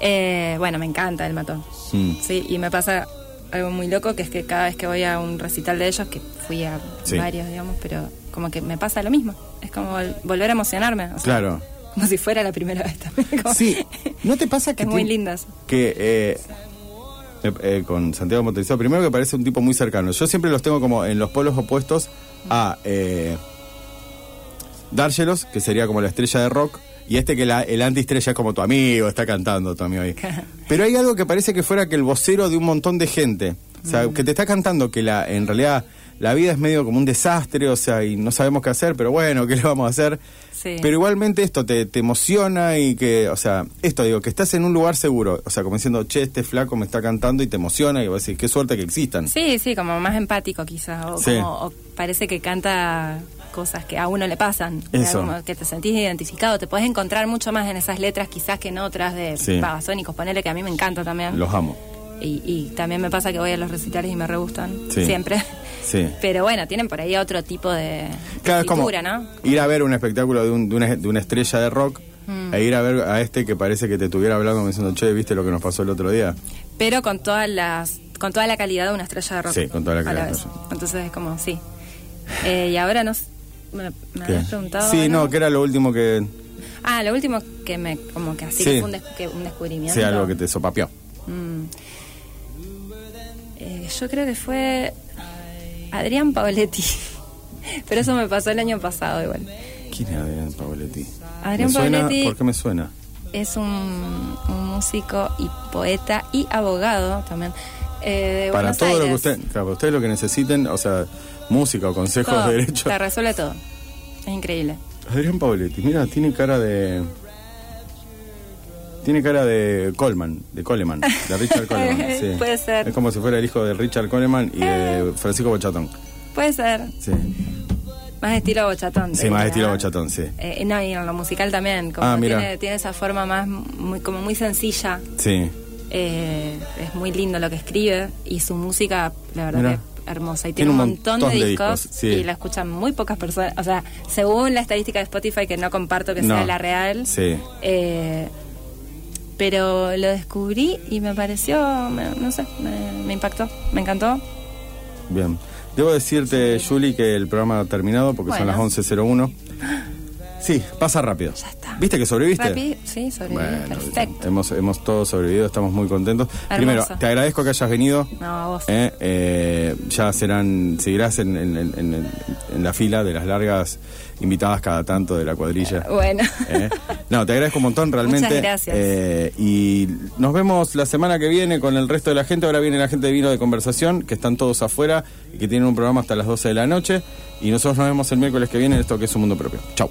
Eh, bueno, me encanta el matón.
Mm.
Sí, y me pasa algo muy loco, que es que cada vez que voy a un recital de ellos, que fui a
Sí.
varios, digamos, pero como que me pasa lo mismo. Es como vol- volver a emocionarme. o sea,
claro.
Como si fuera la primera vez también. como-
Sí, ¿no te pasa que
Es muy
tiene-
lindo eso.
que eh, eh, eh, con Santiago Motorizado, primero que parece un tipo muy cercano. Yo siempre los tengo como en los polos opuestos a eh, Dárgelos, que sería como la estrella de rock, y este que la, el antiestrella es como tu amigo, está cantando tu amigo ahí. Pero hay algo que parece que fuera que el vocero de un montón de gente. O sea,
Mm.
que te está cantando que la, en realidad la vida es medio como un desastre, o sea, y no sabemos qué hacer, pero bueno, ¿qué le vamos a hacer?
Sí.
Pero igualmente esto te, te emociona y que, o sea, esto digo, que estás en un lugar seguro. O sea, como diciendo, che, este flaco me está cantando y te emociona y vos decís, qué suerte que existan.
Sí, sí, como más empático quizás, o,
Sí.
como, o parece que canta cosas que a uno le pasan,
Eso.
Como que te sentís identificado, te podés encontrar mucho más en esas letras quizás que en otras de
Sí.
Babasónicos, ponele que a mí me encanta también.
Los amo.
Y, y también me pasa que voy a los recitales y me re gustan,
Sí.
siempre.
Sí.
Pero bueno, tienen por ahí otro tipo de
Claro, es como
escritura, ¿no?
ir a ver un espectáculo de, un- de una, de una estrella de rock
Mm.
e ir a ver a este que parece que te estuviera hablando como diciendo, che, ¿viste lo que nos pasó el otro día?
Pero con todas las con toda la calidad de una estrella de rock.
Sí, con toda la
a
calidad de
vez.
una estrella.
Entonces es como, sí. Eh, y ahora nos... Me, me
¿Qué?
habías preguntado.
sí,
¿no?
no, que era lo último que...
Ah, lo último que me, como que así
Sí.
que fue un, des- que un descubrimiento.
sea algo que te sopapeó.
Mm. Eh, yo creo que fue Adrián Paoletti. Pero eso me pasó el año pasado igual.
¿Quién es Adrián Pavoletti?
Adrián
¿Me suena?
Pavoletti-
¿Por qué me suena?
Es un, un músico y poeta y abogado también. eh, de
Para
Buenos
todo lo que
Aires.
usted, claro, para ustedes lo que necesiten, o sea, música o consejos
Todo,
de derecho.
Te resuelve todo. Es increíble.
Adrián Pavoletti, mira, tiene cara de. Tiene cara de Coleman, de Coleman, de Richard Coleman. sí.
Puede ser.
Es como si fuera el hijo de Richard Coleman y de Francisco Bochatón.
Puede ser.
Sí,
Más estilo bochatón.
Sí, más
diría.
estilo bochatón, sí.
Eh, no, y en lo musical también. Como
Ah, mira.
tiene, tiene esa forma más, muy, como muy sencilla.
sí.
Eh, es muy lindo lo que escribe y su música, la verdad
Mira.
que es hermosa. Y
Tiene
tiene,
un
un montón,
montón
de
de
discos,
discos, sí.
y la escuchan muy pocas personas. O sea, según la estadística de Spotify, que no comparto que
No.
sea la real.
Sí.
eh, pero lo descubrí y me pareció, me- no sé, me, me impactó, me encantó.
Bien. Debo decirte, Julie, que el programa ha terminado porque son
Bueno.
las 11.01. Sí, pasa rápido.
Ya está.
¿Viste que sobreviviste?
Rapi- sí, sobreviví.
Bueno,
Perfecto.
Hemos, hemos todos sobrevivido, estamos muy contentos. Primero, te agradezco que hayas venido.
No, a vos.
Eh, eh, ya serán, seguirás en, en- en- en- en la fila de las largas invitadas cada tanto de la cuadrilla.
Bueno.
Eh, No, te agradezco un montón realmente.
Muchas gracias.
Eh, y nos vemos la semana que viene con el resto de la gente. Ahora viene la gente de vino de conversación, que están todos afuera y que tienen un programa hasta las 12 de la noche. Y nosotros nos vemos el miércoles que viene en esto que es un mundo propio. Chau.